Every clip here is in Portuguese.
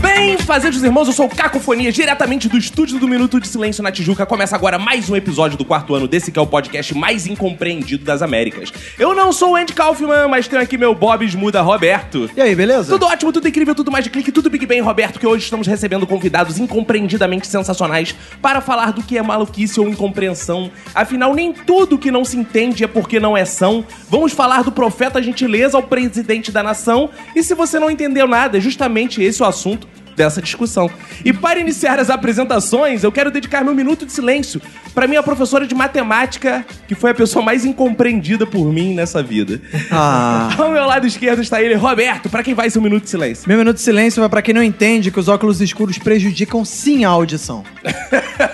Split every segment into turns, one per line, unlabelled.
Bem, fazejos irmãos, eu sou o Cacofonia, diretamente do estúdio do Minuto de Silêncio na Tijuca. Começa agora mais um episódio do quarto ano desse que é o podcast mais incompreendido das Américas. Eu não sou o Andy Kaufman, mas tenho aqui meu Bob Esmuda Roberto.
E aí, beleza?
Tudo ótimo, tudo incrível, tudo mais de clique, tudo Big Bang, Roberto, que hoje estamos recebendo convidados incompreendidamente sensacionais para falar do que é maluquice ou incompreensão. Afinal, nem tudo que não se entende é porque não é são. Vamos falar do profeta gentileza ao presidente da nação. E se você não entendeu nada, é justamente esse o assunto dessa discussão. E para iniciar as apresentações, eu quero dedicar meu minuto de silêncio para minha professora de matemática, que foi a pessoa mais incompreendida por mim nessa vida.
Ah.
Ao meu lado esquerdo está ele, Roberto, para quem vai seu minuto de silêncio.
Meu minuto de silêncio vai pra quem não entende que os óculos escuros prejudicam sim a audição.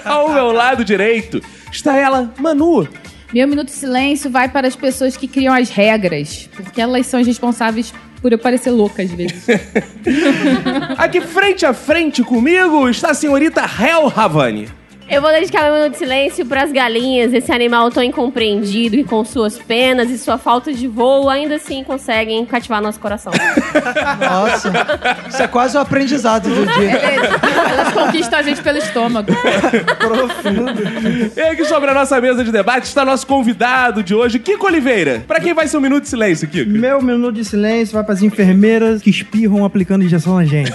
Ao meu lado direito está ela, Manu.
Meu minuto de silêncio vai para as pessoas que criam as regras, porque elas são as responsáveis por eu parecer louca às vezes.
É.
Aqui frente a frente comigo está a senhorita Hel Havani.
Eu vou dedicar meu minuto de silêncio pras galinhas, esse animal tão incompreendido e com suas penas e sua falta de voo, ainda assim conseguem cativar nosso coração.
Nossa. Isso é quase o aprendizado do dia.
Elas conquistam a gente pelo estômago.
E aqui sobre a nossa mesa de debate está nosso convidado de hoje, Kiko Oliveira. Para quem vai seu minuto de silêncio, Kiko?
Meu minuto de silêncio vai para as enfermeiras que espirram aplicando injeção na gente.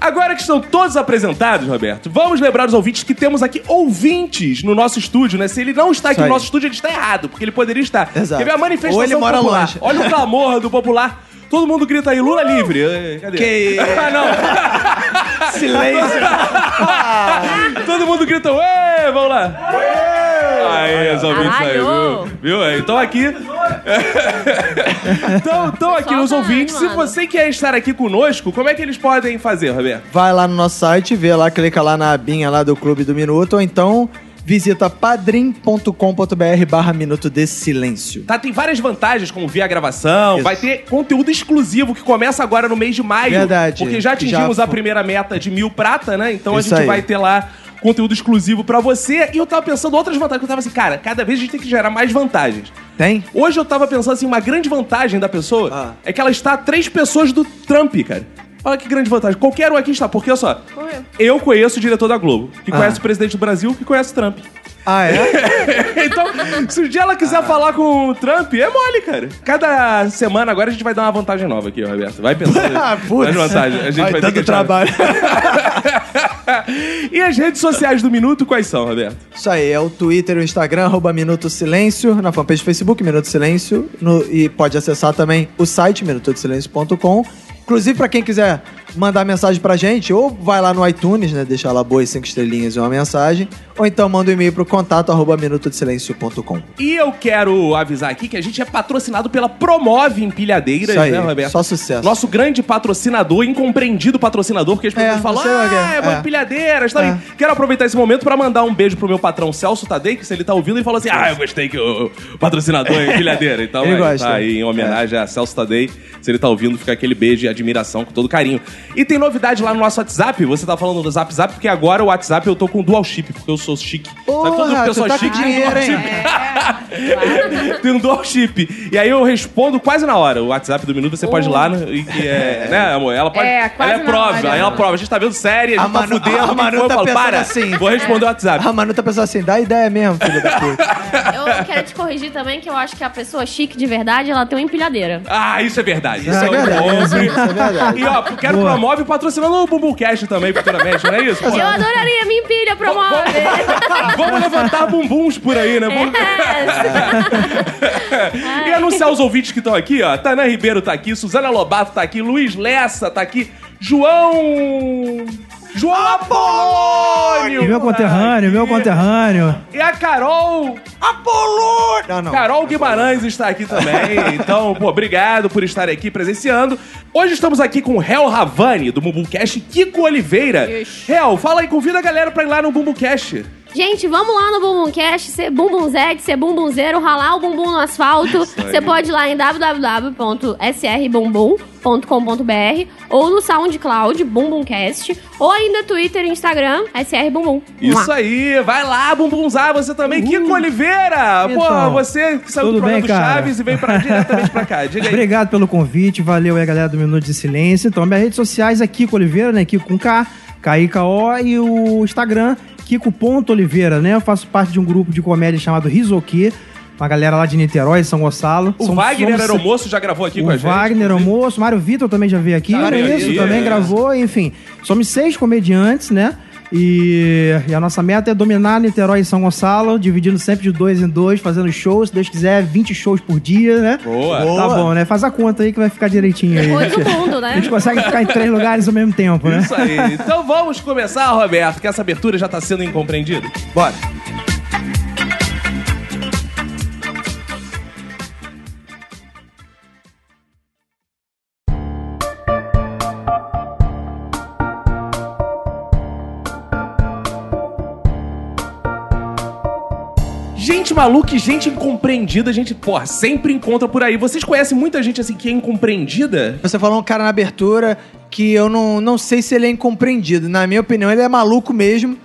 Agora que estão todos apresentados, Roberto, vamos lembrar os ouvintes que temos aqui ouvintes no nosso estúdio, né? Se ele não está aqui
Isso
no
aí.
nosso estúdio, ele está errado, porque ele poderia estar.
Exato.
Quer ver a manifestação
Ou ele mora
popular?
longe.
Olha o clamor do popular. Todo mundo grita aí, Lula livre. Eh, Cadê?
Uh! Que-
Ah, não.
silêncio.
Todo mundo grita, ué, vamos lá. Aí, os ouvintes aí,
Arraiou.
viu? Viu? aí? Então aqui. então, então aqui
Pessoal
os
tá
ouvintes, se
animado.
você quer estar aqui conosco, como é que eles podem fazer, Roberto?
Vai lá no nosso site, vê lá, clica lá na abinha lá do Clube do Minuto, ou então visita padrim.com.br barra Minuto de Silêncio.
Tá, tem várias vantagens, como ver a gravação.
Isso.
Vai ter conteúdo exclusivo que começa agora no mês de maio.
Verdade.
Porque já atingimos
Já
a
fo-
primeira meta de mil prata, né? Então a
Isso
gente
aí.
vai ter lá conteúdo exclusivo pra você. E eu tava pensando outras vantagens. que Eu tava assim, cara, cada vez a gente tem que gerar mais vantagens.
Tem?
Hoje eu tava pensando assim, uma grande vantagem da pessoa
Ah.
é que ela está a três pessoas do Trump, cara. Olha que grande vantagem. Qualquer um aqui está, porque olha só. Eu conheço o diretor da Globo, que
Ah.
conhece o presidente do Brasil, que conhece o Trump.
Ah, é?
Então, se um dia ela quiser falar com o Trump, é mole, cara. Cada semana agora a gente vai dar uma vantagem nova aqui, Roberto. Vai pensando.
Ah,
Mais
putz.
vantagem. A gente vai,
Ai,
ter
tanto
que achar-
trabalho.
e as redes sociais do Minuto, quais são, Roberto?
Isso aí, é o Twitter e o Instagram, arroba Minuto Silêncio, na fanpage do Facebook, Minuto Silêncio, no- e pode acessar também o site, minutodesilêncio.com. Inclusive, pra quem quiser mandar mensagem pra gente, ou vai lá no iTunes, né, deixar lá boas cinco estrelinhas e uma mensagem, ou então manda um e-mail pro contato, arroba minutodesilêncio.com.
E eu quero avisar aqui que a gente é patrocinado pela Promove Empilhadeiras,
Isso aí,
né, Roberto?
só sucesso.
Nosso grande patrocinador, incompreendido patrocinador, porque as pessoas
É,
falam,
não sei o que é.
ah, é, uma
É.
empilhadeira, tal.
É.
E Quero aproveitar esse momento pra mandar um beijo pro meu patrão Celso Tadei, que se ele tá ouvindo, ele falou assim, ah, eu gostei que o o patrocinador é empilhadeira. Então,
Ele
é,
gosta. É.
tá aí em homenagem a Celso Tadei. Se ele tá ouvindo, fica aquele beijo e admiração com todo carinho. E tem novidade lá no nosso WhatsApp, você tá falando do Zap Zap, porque agora o WhatsApp eu tô com dual chip, porque eu sou chique. Sabe todo
Porra,
pessoal
tu tá com
chique tem
dinheiro,
dual
hein?
chip? tem um dual chip. E aí eu respondo quase na hora. O WhatsApp do minuto você pode ir lá, né? E que é, né, amor? Ela pode.
É, quase
ela é
na
prova,
hora.
aí ela prova. A gente tá vendo série, a
A
gente tá
Manu-
fudendo.
a
quem
Manu
foi? eu
tá
falo,
pensando
para,
assim.
Vou responder o WhatsApp.
A Manu tá pensando assim, dá ideia mesmo, filho da puta.
Eu quero te corrigir também que eu acho que a pessoa chique de verdade, ela tem uma empilhadeira.
Ah, isso é verdade. Isso
é
é,
verdade,
verdade.
isso é verdade.
E ó, quero promove patrocinando o Bumbumcast também, futuramente, não é isso? Pô,
Eu adoraria, me empilha, promove!
Vamos levantar bumbuns por aí,
É.
né? Vamos-
Yes.
E anunciar os ouvintes que estão aqui, ó. Tanã Ribeiro tá aqui, Suzana Lobato tá aqui, Luiz Lessa tá aqui, João. João Apolônio! tá
Meu conterrâneo, meu conterrâneo.
E a Carol
Apolônio!
Ah,
Não, não.
Carol Guimarães está aqui também. Então, pô, obrigado por estar aqui presenciando. Hoje estamos aqui com o Hel Ravani, do Mumbucast, e Kiko Oliveira.
Ixi.
Hel, fala aí, convida a galera pra ir lá no Mumbucast.
Gente, vamos lá no Bumbumcast, ser bumbumzete, ser bumbumzeiro, ralar o bumbum no asfalto. Você pode ir lá em www.srbumbum.com.br ou no SoundCloud, Bumbumcast, ou ainda Twitter e Instagram, srbumbum.
Isso aí, vai lá, bumbumzar você também. Kiko Oliveira! pô,
Então,
você que saiu do
Uh. tudo
programa
bem,
do
cara?
Chaves e veio pra, diretamente pra cá. Diga aí.
Obrigado pelo convite, valeu aí, galera do Minuto de Silêncio. Então, minhas redes sociais é Kiko Oliveira, né? Kiko com K, K-I-K-O, e o Instagram, Kiko.Oliveira, né? Eu faço parte de um grupo de comédia chamado Risoki, uma galera lá de Niterói, São Gonçalo.
O
São-
Wagner
somos-
era o moço, já gravou aqui
o
com a gente.
Wagner Almoço, Mário Vitor também já veio aqui,
Tá,
era
veio
isso,
aqui,
também
é.
gravou, enfim. Somos seis comediantes, né? E, e a nossa meta é dominar Niterói e São Gonçalo, dividindo sempre de dois em dois, fazendo shows, se Deus quiser, 20 shows por dia, né?
Boa.
Tá bom, né? Faz a conta aí que vai ficar direitinho aí. né?
Coisa do mundo,
A
né?
gente consegue ficar em três lugares ao mesmo tempo, né?
Isso aí. Então vamos começar, Roberto, que essa abertura já tá sendo incompreendida.
Bora.
Gente maluca e gente incompreendida, a gente, porra, sempre encontra por aí. Vocês conhecem muita gente assim que é incompreendida?
Você falou um cara na abertura que eu não, não sei se ele é incompreendido. Na minha opinião, ele é maluco mesmo.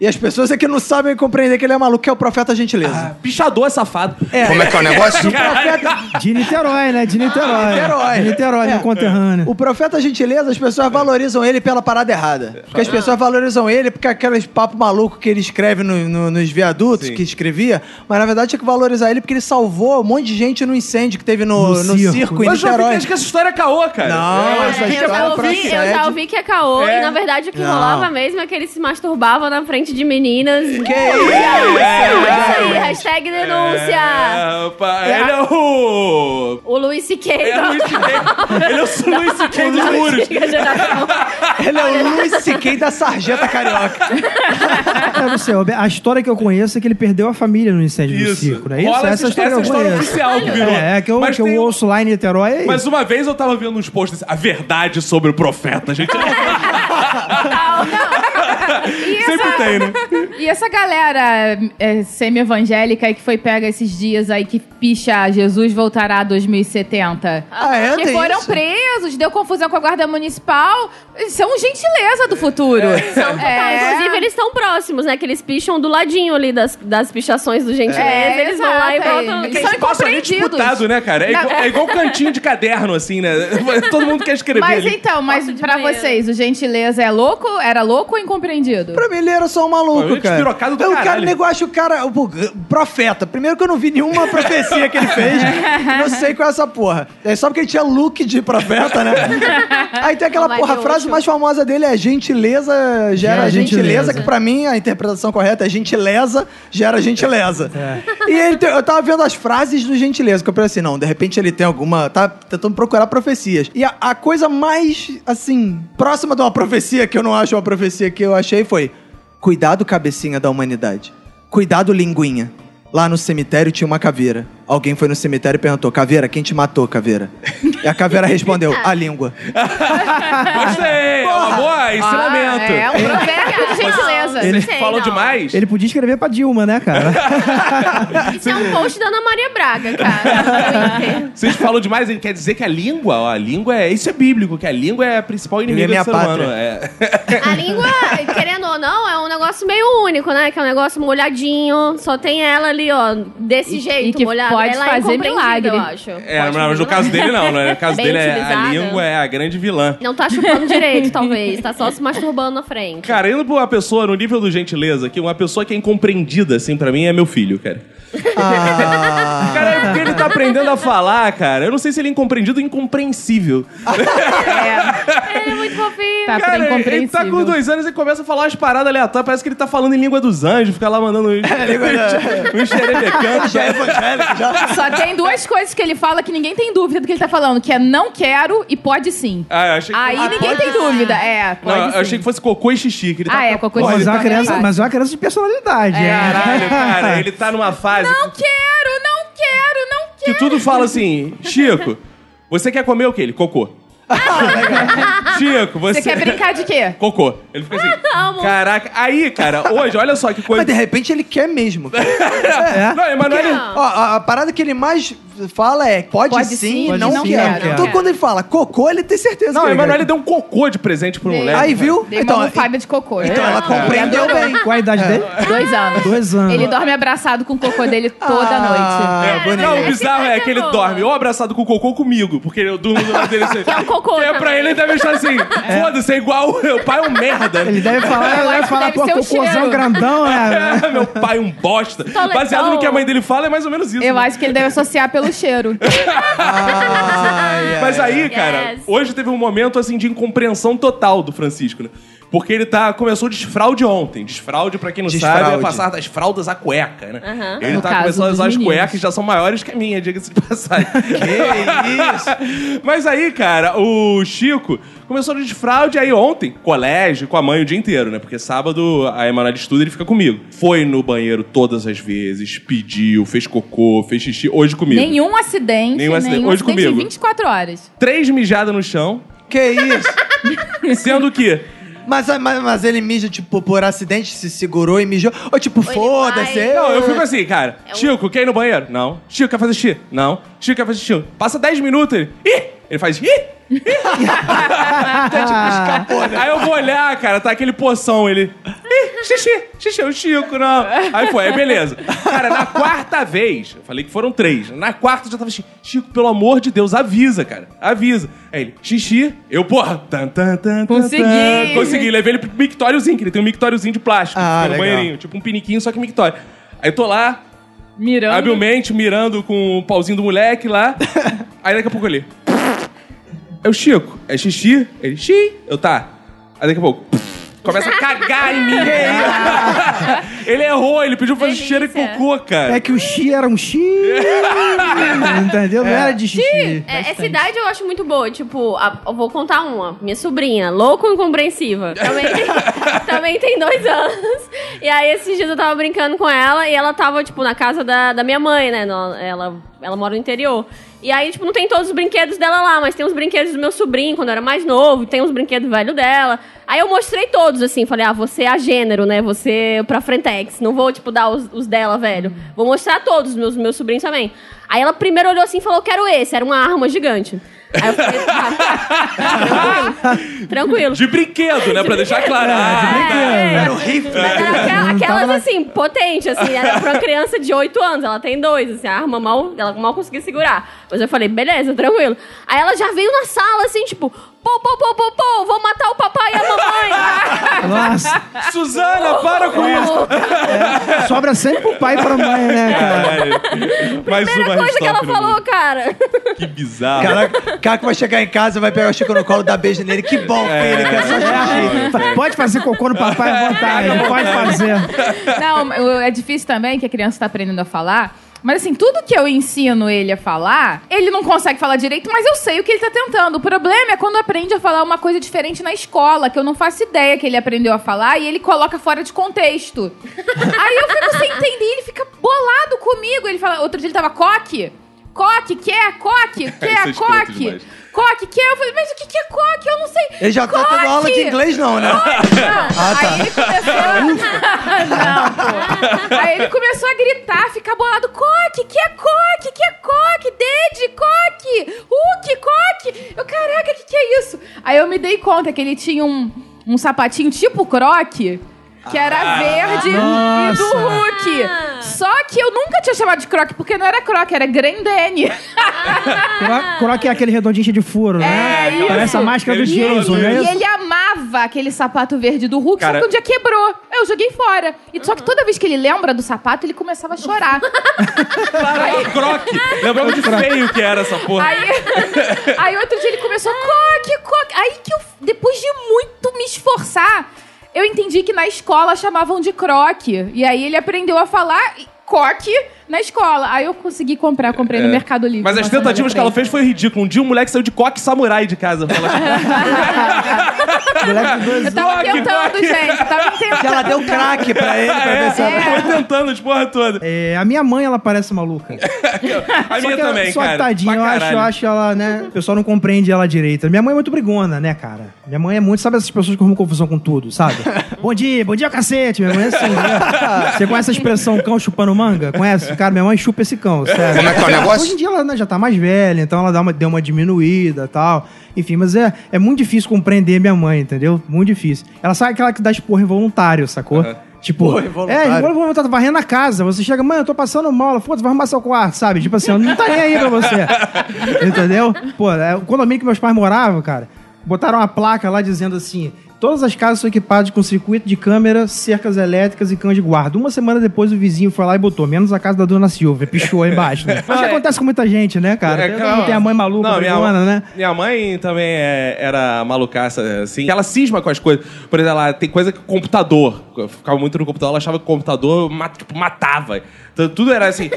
E as pessoas é que não sabem compreender que ele é maluco, que é o Profeta
Ah.
Gentileza.
Pichador safado.
Como é que é o negócio?
o Profeta...
De Niterói, né? De
Ah,
Niterói.
Niterói.
De Niterói,
É.
meu conterrâneo.
O profeta gentileza, as pessoas valorizam ele pela parada errada. Porque as pessoas valorizam ele porque aqueles papo maluco que ele escreve no- no- nos viadutos, que escrevia, mas na verdade tinha que valorizar ele porque ele salvou um monte de gente no incêndio que teve no,
No
no circo.
circo.
em
Mas já
Niterói.
fica que essa história é caô, cara.
Não, essa
Eu
história
já,
é
ouvi, eu
procede.
já ouvi que é caô,
É.
e na verdade o que
Não.
rolava mesmo é que eles se masturbavam na frente de meninas.
Que
Denúncia!
É.
Isso aí, hashtag denúncia!
É, opa, Ele é o.
O Luiz Siqueira.
É o Luiz Siqueira. Ele é o Luiz Siqueira dos muros.
Ele é o Luiz C.K. da sarjeta carioca.
É, você, Roberto, a história que eu conheço é que ele perdeu a família no incêndio do circo, não é isso?
Rola
essa é a história que eu conheço.
oficial que virou.
É, é que eu,
Mas
que eu
tem- um
ouço lá em Niterói. é
Mas uma vez eu tava vendo uns posts assim, a verdade sobre o profeta, gente.
E
Sempre
essa,
tem, né?
e essa galera é, semi-evangélica aí que foi pega esses dias aí que picha Jesus voltará a 2070?
Ah, é?
que
Tem
foram
isso?
presos, deu confusão com a guarda municipal. São gentileza do futuro. É. São
É.
Tá, Inclusive, eles estão próximos, né? Que eles picham do ladinho ali das, das pichações do gentileza.
É,
eles vão lá e
exato,
voltam.
é.
Quem-
São
Espaço ali
incompreendidos.
disputado, né, cara? É igual, é igual cantinho de caderno, assim, né? Todo mundo quer escrever
Mas
ali.
então, mas
Posso de
pra
manhã.
vocês, o gentileza é louco? Era louco ou incompreendido?
Pra mim, ele era só um
Pô, ele
maluco,
é
cara.
despirocado do
eu, cara,
caralho.
o nego acha o cara. O o profeta. Primeiro que eu não vi nenhuma profecia que ele fez. não sei qual é essa porra. É só porque ele tinha look de profeta, né? Aí tem aquela
Não vai
porra,
ver
a frase
útil.
mais famosa dele é gentileza gera
Gera
gentileza,
gentileza.
que pra mim a interpretação correta é gentileza gera gentileza. E ele tem- eu tava vendo as frases do gentileza, que eu pensei assim, não, de repente ele tem alguma. tá tentando procurar profecias. E a, a coisa mais, assim, próxima de uma profecia, que eu não acho uma profecia que eu achei, foi: Cuidado, cabecinha da humanidade. Cuidado, linguinha. Lá no cemitério tinha uma caveira. Alguém foi no cemitério e perguntou: Caveira, quem te matou, caveira? E a caveira respondeu: A língua.
Gostei! É uma boa
Ah,
ensinamento.
é um provérbio de gentileza.
Ele-
Vocês
Sei,
falam
não.
demais?
Ele podia escrever pra Dilma, né, cara?
Isso é um post da Ana Maria Braga, cara. no Twitter.
Vocês falam demais, ele quer dizer que a língua, ó, a língua é. Isso é bíblico, que a língua é a principal inimiga
minha
do ser
pátria.
humano. É.
A língua, querendo ou não, é um negócio meio único, né? Que é um negócio molhadinho. Só tem ela ali, ó, desse
E-
jeito,
e que
molhada.
pode
ela é
fazer
incompreendida,
milagre.
eu acho.
É,
Pode
mas
fazer
no caso
milagre.
dele não, né? No caso
Bem
dele, é, a
utilizada.
língua é a grande vilã.
Não tá chupando direito, talvez. Tá só se masturbando na frente.
Cara, indo pra uma pessoa no nível do gentileza, que uma pessoa que é incompreendida, assim, pra mim, é meu filho, cara.
Ah.
Cara, é porque ele tá aprendendo a falar, cara. Eu não sei se ele é incompreendido ou incompreensível.
Ele é muito fofinho.
Tá
cara, ele
incompreensível.
tá com dois anos e começa a falar umas paradas aleatórias. Parece que ele tá falando em língua dos anjos, fica lá mandando um
língua da-
xerebecanto.
Já é evangélico, já.
Só tem duas coisas que ele fala que ninguém tem dúvida do que ele tá falando, que é não quero e pode sim.
Ah, eu achei que...
Aí
Ah,
ninguém
pode-
tem dúvida. É,
Não,
pode sim.
eu achei que fosse cocô e xixi. Que ele
Ah,
tá...
é, com a coisa
mas,
de
é uma
papel
criança,
embaixo.
mas é uma criança de personalidade. É.
Caralho, cara, ele tá numa fase
Não quero, não quero, não
que
quero.
tudo fala assim, Chico, você quer comer o quê? Ele, cocô. Chico, você...
Você quer brincar de quê?
Cocô. Ele fica assim,
Amo.
caraca. Aí, cara, hoje, olha só que coisa...
Mas de repente ele quer mesmo. cara.
É.
Não, Emanuele...
Ó, a, a parada que ele mais fala é pode,
Pode
sim,
sim,
não,
não
quero.
quero.
Então
Não
quando ele fala cocô, ele tem certeza
Não,
que
a
ele
Emanuele deu um cocô de presente pro
Dei.
moleque.
Aí, viu?
Dei
Então,
uma almofada de cocô. É.
então ela compreendeu bem.
Qual a idade dele?
É.
Dois anos.
Dois anos.
Ele dorme abraçado com o cocô dele toda
Ah,
noite.
É,
bonito.
não, o
Essa
bizarro é
ideia
que ele
boa.
dorme ou abraçado com o cocô ou comigo, porque eu durmo do lado dele assim.
um
Que é o cocô
Que é
tá?
pra
também.
ele, ele deve estar assim, foda-se, é igual o pai é um merda.
Ele deve falar,
acho
ele deve
que
falar,
deve
pô,
ser um
cocôzão
cheiro.
grandão, né?
É, meu pai é um bosta.
Toletão.
Baseado no que a mãe dele fala, é mais ou menos isso.
Eu
né?
acho que ele deve associar pelo cheiro.
Ai, ai.
Mas aí, cara,
Yes.
hoje teve um momento assim de incompreensão total do Francisco, né? Porque ele tá, começou o desfraude ontem. Desfraude, pra quem não sabe, é
Desfraude.
passar das fraldas à cueca, né?
Aham.
Ele
No
tá
caso
começando a
dos
usar as
meninos.
cuecas que já são maiores que a minha, diga-se de passagem.
Que
Mas aí, cara, o Chico começou no desfraude aí ontem, colégio, com a mãe o dia inteiro, né? Porque sábado a Emanuel estuda e ele fica comigo. Foi no banheiro todas as vezes, pediu, fez cocô, fez xixi, hoje comigo.
Nenhum acidente,
Nenhum
nenhum
acidente.
acidente,
Hoje
em
comigo.
24 horas.
Três mijadas no chão,
Que isso?
sendo que
Mas, mas, mas ele mija, tipo, por acidente, se segurou e mijou. Ou tipo,
ele
foda-se.
vai-
Não, eu fico assim, cara.
É um-
Chico, quer ir no banheiro? Não. Chico, quer fazer xixi? Não. Chico, quer fazer xixi? Passa 10 minutos, ele... Ih! Ele faz... Ih! Ih! Tá tipo, escapou, né? Aí eu vou olhar, cara, tá aquele poção, ele... Ih, xixi, xixi, é o Chico, não. Aí foi, aí beleza. Cara, na quarta vez, eu falei que foram três, na quarta eu já tava assim, Chico, pelo amor de Deus, avisa, cara, avisa. Aí ele, xixi, eu, porra, tan, tan, tan, tan,
Consegui.
tan. Consegui, levei ele pro mictóriozinho, que ele tem um mictóriozinho de plástico,
Ah,
fica no
legal.
banheirinho, tipo um piniquinho, só que mictório. Aí eu tô lá,
Mirando.
habilmente, mirando com o pauzinho do moleque lá. Aí daqui a pouco ele. É o Chico, é xixi? Ele, xi, eu tá. Aí daqui a pouco. Começa a cagar em mim. ele errou, ele pediu pra fazer xixi e
Delícia.
cocô, cara.
É que o Xi era um Xi. Entendeu? Não era de xixi.
É, essa idade eu acho muito boa. Tipo, a- eu vou contar uma. Minha sobrinha, louco ou incompreensiva. Também tem, também tem dois anos. E aí, esses dias eu tava brincando com ela e ela tava, tipo, na casa da, da minha mãe, né? No- Ela, ela mora no interior. E aí, tipo, não tem todos os brinquedos dela lá, "Ah, mas tem uns brinquedos do meu sobrinho quando eu era mais novo, tem uns brinquedos velho dela. Aí eu mostrei todos, assim, falei, ah, você a gênero, né? Você pra Frentex. Não vou, tipo, dar os, os dela, velho. Vou mostrar todos, meus, meus sobrinhos também. Aí ela primeiro olhou assim e falou, quero esse. Era uma arma gigante. Aí eu falei, tá, tranquilo. tranquilo.
De brinquedo, né? Pra deixar claro. Ah,
É,
Era um rifle.
mas era aquela-
Não tava
aquelas
na-
assim, potente, assim, era pra uma criança de 8 anos, ela tem dois, assim, a arma mal, ela mal conseguia segurar. Mas eu falei, beleza, tranquilo. Aí ela já veio na sala, assim, tipo, pô, pô, pô, pô, pô, vou matar o papai e a mamãe.
Nossa,
Suzana, para com isso.
sobra sempre pro pai e pra mãe, né, cara?
Mais
Primeira coisa que ela
Aristófanes no
falou,
mundo.
cara.
Que bizarro.
Caraca, cara que vai chegar em casa, vai pegar o Chico no colo, dar beijo nele. Que bom, filho, que é só xixi.
Fa- Pode fazer cocô no papai à vontade, pode fazer.
Não, eu- é difícil também que a criança tá aprendendo a falar. Mas assim, tudo que eu ensino ele a falar, ele não consegue falar direito, mas eu sei o que ele tá tentando. O problema é quando aprende a falar uma coisa diferente na escola, que eu não faço ideia que ele aprendeu a falar e ele coloca fora de contexto. Aí eu fico sem entender, ele fica bolado comigo. Ele fala, outro dia ele tava coque. Coque, quer, coque,
Isso é
quer,
escroto
coque.
demais.
Coque, quer. Eu falei, mas o que que é coque? Eu não sei.
Ele já tá tendo
Coque!
aula de inglês, não, né?
Aí ele começou. não, pô. Aí ele começou a gritar, ficar bolado. Coque, que é coque, que é coque, dede, coque, hook, coque. Eu, caraca, que que é isso? Aí eu me dei conta que ele tinha um, um sapatinho tipo croque. Que era verde e do
nossa.
Hulk. Só que eu nunca tinha chamado de croque, porque não era croque, era grendene.
Cro- Croque é aquele redondinho cheio de furo, né?
É, isso.
Parece a máscara do
Ele-
Jason,
E
né?
Isso.
ele amava aquele sapato verde do Hulk,
Cara-
só que um dia quebrou. Eu joguei fora. E só que toda vez que ele lembra do sapato, ele começava a chorar.
Caraca, croque. Lembrava de feio que era essa porra.
aí, aí outro dia ele começou, coque, coque. Aí que eu, depois de muito me esforçar, eu entendi que na escola chamavam de croque. E aí ele aprendeu a falar e- coque. na escola. Aí eu consegui comprar, comprei no Mercado Livre.
É. Mas as
uma semana
tentativas que ela fez foi ridículo. Um dia um moleque saiu de coque samurai de casa. Ela
Moleque de dois
Eu tava
Toque,
tentando,
toque.
gente. Eu tava tentando.
Que ela deu crack pra ele, pra
É
ver se ela...
foi tentando as porra toda.
É, a minha mãe, ela parece maluca.
A minha
que ela-
também,
É. só que
cara.
tadinha,
Pra
eu acho, eu
caralho.
acho ela, né? O pessoal não compreende ela direito. Minha mãe é muito brigona, né, cara? Minha mãe é muito, sabe essas pessoas que arrumam confusão com tudo, sabe? bom dia, bom dia, cacete. Minha mãe é assim, né? Você conhece a expressão cão chupando manga? Conhece? Cara, minha mãe chupa esse cão, sério.
Como é que é o negócio?
Hoje em dia ela né, já tá mais velha, então ela dá uma, deu uma diminuída e tal. Enfim, mas é, é muito difícil compreender minha mãe, entendeu? Muito difícil. Ela sabe aquela que dá esporro involuntário, sacou? Tipo,
Porra,
é,
involuntário.
igual vou tá varrendo a casa, você chega, mano, eu tô passando mal, ela, foda-se, vai arrumar seu quarto, sabe? Tipo assim, eu não tá nem aí pra você. Entendeu? Pô, é, o condomínio que meus pais moravam, cara, botaram uma placa lá dizendo assim: todas as casas são equipadas com circuito de câmera, cercas elétricas e cães de guarda. Uma semana depois o vizinho foi lá e botou, menos a casa da dona Silvia, pichou aí embaixo. Né? Mas acontece com muita gente, né, cara?
É,
Tem-
calma.
Tem a mãe maluca,
Não, minha,
brigona, né?
minha mãe também é- era malucaça, assim. Ela cisma com as coisas. Por exemplo, ela tem coisa que computador. Eu ficava muito no computador, ela achava que o computador ma- tipo, matava. Então, tudo era assim.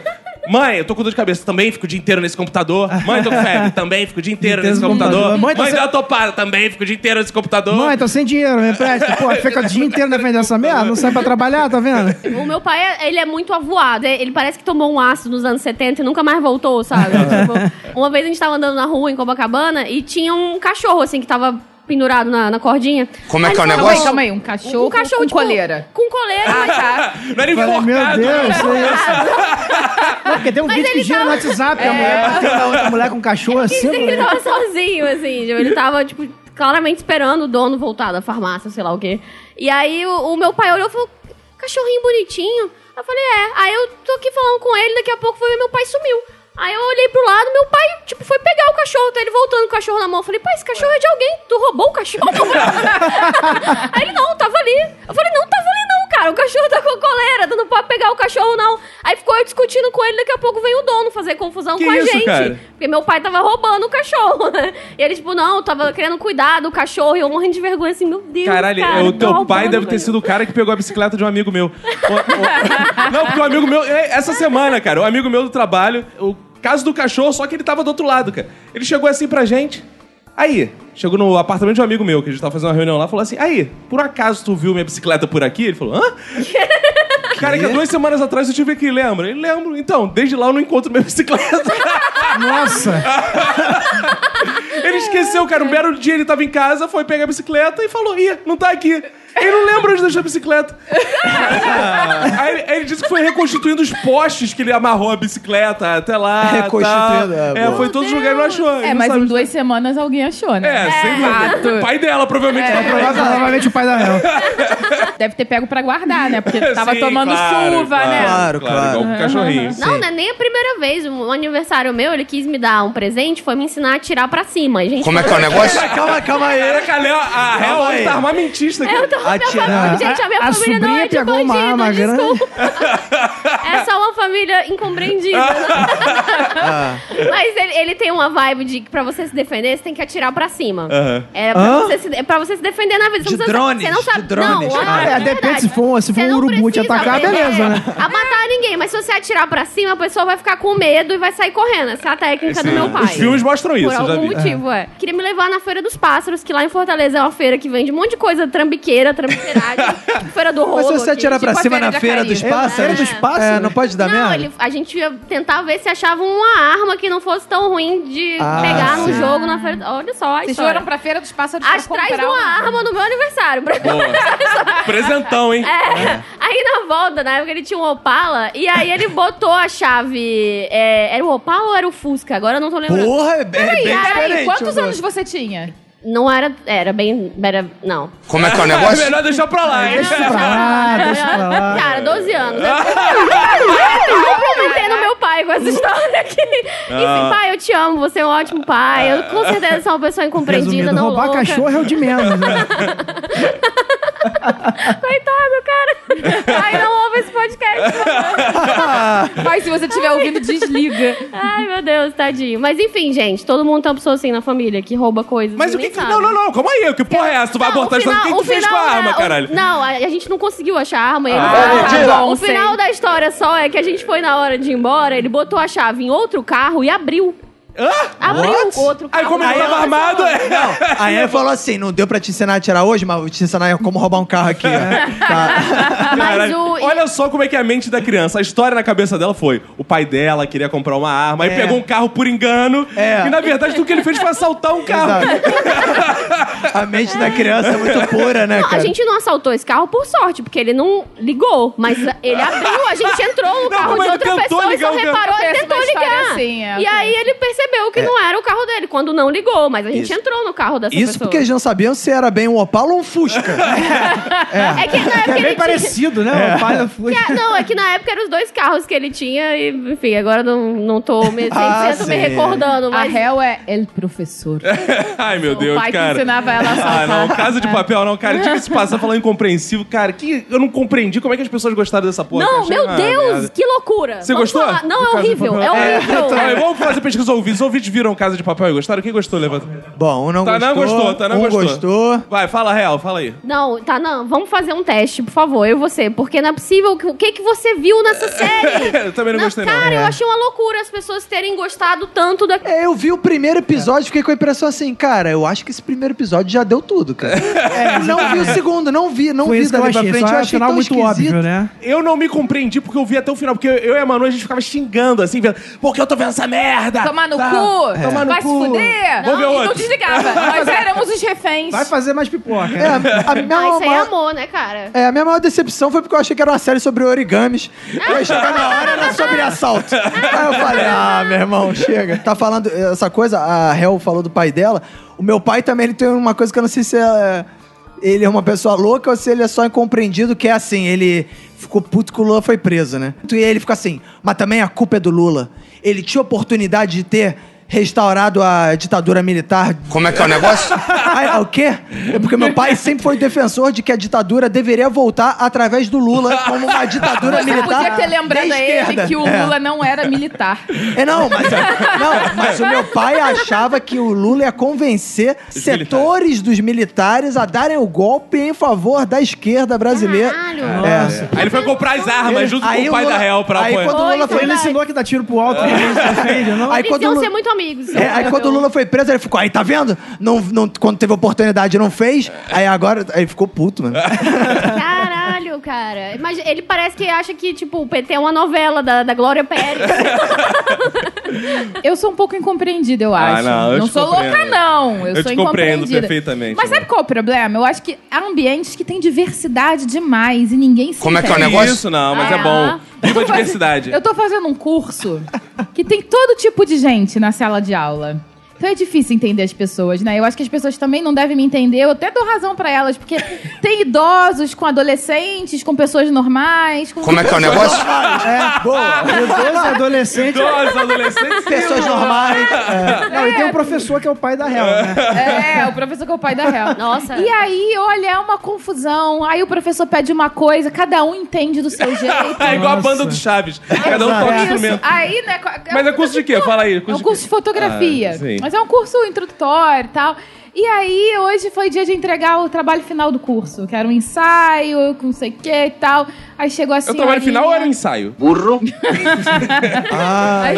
Mãe, eu tô com dor de cabeça, também fico o dia inteiro nesse computador. Mãe, tô com febre, também fico o dia inteiro
Inteiro
nesse
no
computador.
computador.
Mãe,
Mãe, tô
dá
sem-
uma topada, também fico o dia inteiro nesse computador.
Mãe, tá tô sem dinheiro, me empresta. Pô, fica o dia inteiro defendendo essa merda, não sai pra trabalhar, tá vendo?
O meu pai, é- ele é muito avoado. É- Ele parece que tomou um ácido nos anos 70 e nunca mais voltou, sabe? Tipo, uma vez a gente tava andando na rua em Copacabana e tinha um cachorro, assim, que tava pendurado na, na cordinha.
Como é
Aí
que é o
ele falou,
Calma aí,
negócio?
calma aí. Um cachorro,
Um cachorro
com
tipo,
coleira. Ah, tá.
Com coleira. mas-
Não era
Falei,
enforcado.
meu Deus,
né?
é isso. Não, porque tem um vídeo que
ele
gira
tava-
no WhatsApp, a mulher batendo na outra mulher com um cachorro assim.
Dizer que ele
né?
tava sozinho, assim. tipo, Ele tava, tipo, claramente esperando o dono voltar da farmácia, sei lá o quê. E aí o, o meu pai olhou e falou, cachorrinho bonitinho. Eu falei, é. Aí eu tô aqui falando com ele, daqui a pouco foi ver, meu pai sumiu. Aí eu olhei pro lado, meu pai, tipo, foi pegar o cachorro, tá ele voltando com o cachorro na mão. Eu falei, pai, esse cachorro é de alguém, tu roubou o cachorro? Aí ele, não, tava ali. Eu falei, não, tava ali não, cara, o cachorro tá com coleira, tu não pode pegar o cachorro não. Aí ficou eu discutindo com ele, daqui a pouco veio o dono fazer confusão
Que
com
isso,
a gente.
cara?
Porque meu pai tava roubando o cachorro, né? E ele, tipo, não, tava querendo cuidar do cachorro. E eu morrendo de vergonha, assim, meu Deus,
Caralho,
cara,
o
tô
teu
roubando,
pai deve ter
velho.
sido o cara que pegou a bicicleta de um amigo meu. O- o- não, porque o amigo meu. é, Essa semana, cara, o amigo meu do trabalho, o caso do cachorro, só que ele tava do outro lado, cara. Ele chegou assim pra gente. Aí, chegou no apartamento de um amigo meu, que a gente tava fazendo uma reunião lá, falou assim: Aí, por acaso tu viu minha bicicleta por aqui? Ele falou: hã? Cara, que há duas semanas atrás eu tive aqui, lembra? Ele lembro. Então, desde lá eu não encontro minha bicicleta.
É
Nossa!
Ele esqueceu, cara. Um belo dia ele tava em casa, foi pegar a bicicleta e falou: Ih, não tá aqui. Ele não lembra onde deixou a bicicleta. Aí ele- ele disse que foi reconstituindo os postes que ele amarrou a bicicleta até lá.
Reconstituindo,
tal.
é,
É,
boa.
foi em todos os lugares e não achou. Ele
É,
não
mas
sabe
em
onde-
duas semanas alguém achou,
É,
né?
sem dúvida. O pai dela, provavelmente.
É.
Não
Provavelmente o pai da Hel.
Deve ter pego pra guardar, né? Porque tava
Sim,
tomando
claro,
chuva, né?
Claro, claro.
Igual com o cachorrinho.
Não, não é nem a primeira vez. Um aniversário meu, ele quis me dar um presente, foi me ensinar a tirar pra cima. E, gente,
Como é que é o negócio?
Calma, calma aí.
Caraca, Léo, a
Calma aí.
Hel tá armamentista
É
aqui.
Eu tô minha
Atirar.
família, gente, a minha
Ah, A- a
família não
sobrinha
é de
pegou uma
bandido,
arma grande.
desculpa. é só uma família incompreendida.
Ah.
Mas ele, ele tem uma vibe de que pra você se defender, você tem que atirar pra cima.
Aham.
É, pra você se, é pra você se defender na vida. Você não
De
precisa-
drones,
você não sabe,
de drones.
Não,
Ah,
É,
verdade.
depende se for, se for
Você
um
não
urubu te
precisa
atacar,
aprender
beleza, né?
A matar ninguém, mas se você atirar pra cima, a pessoa vai ficar com medo e vai sair correndo. Essa é a técnica do meu pai.
Os filmes mostram isso,
Por
eu já
algum
vi.
motivo, é. Queria me levar na Feira dos Pássaros, que lá em Fortaleza é uma feira que vende um monte de coisa trambiqueira, trambiqueiragem, feira do rolo.
Mas se você
aqui.
atirar pra
tipo a
cima
feira
na
de
feira
Jacareí.
dos pássaros...
Feira dos
É, não pode dar
não,
merda?
ele- a gente ia tentar ver se achava uma arma que não fosse tão ruim de
Ah,
pegar num
sim.
jogo na feira. Olha só, a
Vocês
história.
foram pra Feira dos Pássaros pra
Atrás
comprar
de uma arma no meu aniversário. pra-
Boa. Presentão, hein?
É. Aí na volta, na época ele tinha um Opala, e aí ele botou a chave. é, era o Opala ou era o Fusca? Agora eu não tô lembrando.
Porra, é bem, bem
Peraí,
diferente.
quantos
mano.
anos você tinha?
Não era. Era bem. Era, não.
Como é que é o
É
negócio?
melhor deixar pra lá, hein?
Deixa pra lá, deixa pra lá.
Cara, 12 anos. Eu comprometei no meu pai com essa história aqui.
Ah.
Enfim, pai, eu te amo, você é um ótimo pai. Eu com certeza sou uma pessoa incompreendida,
Resumindo,
não
roubar
louca.
cachorro é o de menos, né? é-
Coitado, cara. Ai, não ouve esse podcast.
Mas se você estiver ouvindo, desliga.
Ai, meu Deus, tadinho. Mas enfim, gente, todo mundo tem uma pessoa assim na família que rouba coisas.
Mas
e
o que
nem
que.
sabe.
Não, não, não, calma aí. Que porra é essa? Tu vai
Não,
abortar
o
a história. O
final-
que que tu fez
o
com a
final
arma,
da- o-
caralho? é,
Não, a, a gente não conseguiu achar a arma. e ele-
Ah,
tá
mentira.
bom, o
sei.
final da história só é que a gente foi na hora de ir embora, ele botou a chave em outro carro e abriu. Abriu
What?
o outro carro.
Aí é como ele
Aí
tava
ela-
armado...
Aí ele falou assim: não deu pra te ensinar a tirar hoje, mas vou te ensinar como roubar um carro aqui. ó. Tá.
Mas
Caralho,
o. e-
Olha só como é que é a mente da criança. A história na cabeça dela foi: o pai dela queria comprar uma arma, aí
É.
pegou um carro por engano.
É.
E na verdade, tudo que ele fez foi assaltar um carro.
Exato. A mente da criança é muito pura, né,
Não,
cara?
a gente não assaltou esse carro por sorte, porque ele não ligou. Mas ele abriu, a gente entrou no carro
mas
de
ele
outra
tentou
pessoa
ligar
e
o
só
carro.
reparou,
Eu
ele
conheço
tentou
uma história
ligar.
assim, é,
e
eu
aí ele percebeu que não era o carro dele, quando não ligou. Mas a gente
Isso.
entrou no carro dessa
Isso
pessoa.
porque eles não sabiam se era bem um Opala ou um
Tá,
Fusca.
É que na época
É
ele
bem
tinha...
parecido, né? O pai da Fusca.
que- não, é que na época eram os dois carros que ele tinha e, enfim, agora não, não tô me, 100%
Ah,
me
sim.
recordando,
A
mas...
réu é el professor.
Ai, meu Deus,
pai que
cara.
ensinava ela a
Ah,
assaltar.
não, casa de papel não, cara. Tinha que se passar falando incompreensível, cara. Que eu não compreendi como é que as pessoas gostaram dessa porra.
Não,
cara.
meu
Achei uma
Deus,
merda.
que loucura.
Você
Vamos
gostou?
falar- Não, é horrível, é
É, então, aí,
horrível.
vamos fazer pesquisa dos ouvintes. Os ouvintes viram Casa de Papel e gostaram? Quem gostou, levanta.
Bom, um não
Tá, não
gostou.
gostou, tá, não
um
gostou.
gostou.
Vai, fala real, fala aí.
Não, tá, não. Vamos fazer um teste, por favor, eu e você. Porque não é possível. que- O que, que você viu nessa série?
Eu também não gostei, não.
cara, eu achei uma loucura as pessoas terem gostado tanto da.
É, Eu vi o primeiro episódio e fiquei com a impressão assim, cara, eu acho que esse primeiro episódio já deu tudo, cara. não vi o segundo, não vi, não
É, Foi
vi
isso que eu
dali pra
achei.
frente,
Só
eu
é um
achei
final
tão
muito
esquisito.
óbvio, né?
Eu não me compreendi porque eu vi até o final. Porque eu e a Manu, a gente ficava xingando, assim, vendo. Por que eu tô vendo essa merda?
Tomar no
Tá.
É.
cu,
Tomar no
vai
cu.
se fuder.
Vamos ver
não, e não
outro.
desligava. Nós éramos os reféns.
Vai fazer mais pipoca.
É, a,
né?
a minha
Ah, isso aí é
maior-
amor, né, cara?
É, a minha maior decepção foi porque eu achei que era uma série sobre origamis. Aí chegar na hora era sobre assalto. Aí eu falei, ah, meu irmão, chega. Tá falando essa coisa, a Hel falou do pai dela. O meu pai também ele tem uma coisa que eu não sei se é, ele é uma pessoa louca ou se ele é só incompreendido, que é assim, ele ficou puto que o Lula foi preso, né? E aí ele fica assim, mas também a culpa é do Lula. Ele tinha oportunidade de ter restaurado a ditadura militar
Como é que é o negócio?
Ai, ah, o quê? É porque meu pai sempre foi defensor de que a ditadura deveria voltar através do Lula como uma ditadura
Você
militar.
podia ter lembrado
da
a ele
esquerda.
que o
É.
Lula não era militar.
É, não, mas, não, mas o meu pai achava que o Lula ia convencer
Os
setores dos militares a darem o golpe em favor da esquerda brasileira.
Caralho.
Ah,
É.
Aí ele foi comprar as armas Ah, junto com
Aí
o pai
Lula-
da Real pra
aí
apoiar.
quando o Lula
Oi,
foi
Ele
é.
verdade.
ensinou que dá tiro pro alto. né? Defende, não?
Aí
Eles
quando o
iam
Lula-
ser muito amigos.
É, aí quando o Lula foi preso, ele ficou, aí tá vendo? Não, não, quando teve oportunidade, não fez. Aí agora, aí ficou puto, mano.
Caralho, cara. Mas ele parece que acha que, tipo, o PT é uma novela da, da Glória Pérez.
Eu sou um pouco incompreendida, eu
Ah,
acho.
não, eu te
sou louca,
compreendo.
não. Eu,
Eu
sou
te compreendo
incompreendida.
perfeitamente,
Mas
né?
sabe qual é o problema? Eu acho que há ambientes que tem diversidade demais e ninguém se
Como é que é o
entende.
negócio?
Isso não, mas é,
Ah.
bom.
Eu tô
Viva a
fazendo-
diversidade.
assim? Eu tô fazendo um curso que tem todo tipo de gente na sala de aula. Então é difícil entender as pessoas, né? Eu acho que as pessoas também não devem me entender. Eu até dou razão pra elas, porque tem idosos com adolescentes, com pessoas normais. Com...
Como é que é o negócio?
É, boa.
Os dois adolescentes.
Idosos, adolescentes.
Pessoas normais. é.
Não, e tem um professor que é o pai da Hel, né?
É, o professor que é o pai da real.
Nossa.
E aí, olha, é uma confusão. Aí o professor pede uma coisa, cada um entende do seu jeito.
É igual a
Nossa.
banda do Chaves. Cada um toca um
É Isso.
instrumento.
Aí, né? co-
Mas é curso de quê? Fala aí.
É um
de
curso de fotografia.
Ah, sim.
mas é um curso introdutório e tal. E aí, hoje foi dia de entregar o trabalho final do curso, que era um ensaio, com não sei o que e tal. Aí chegou assim.
Eu trabalho final ou era um ensaio?
Ah,
Aí,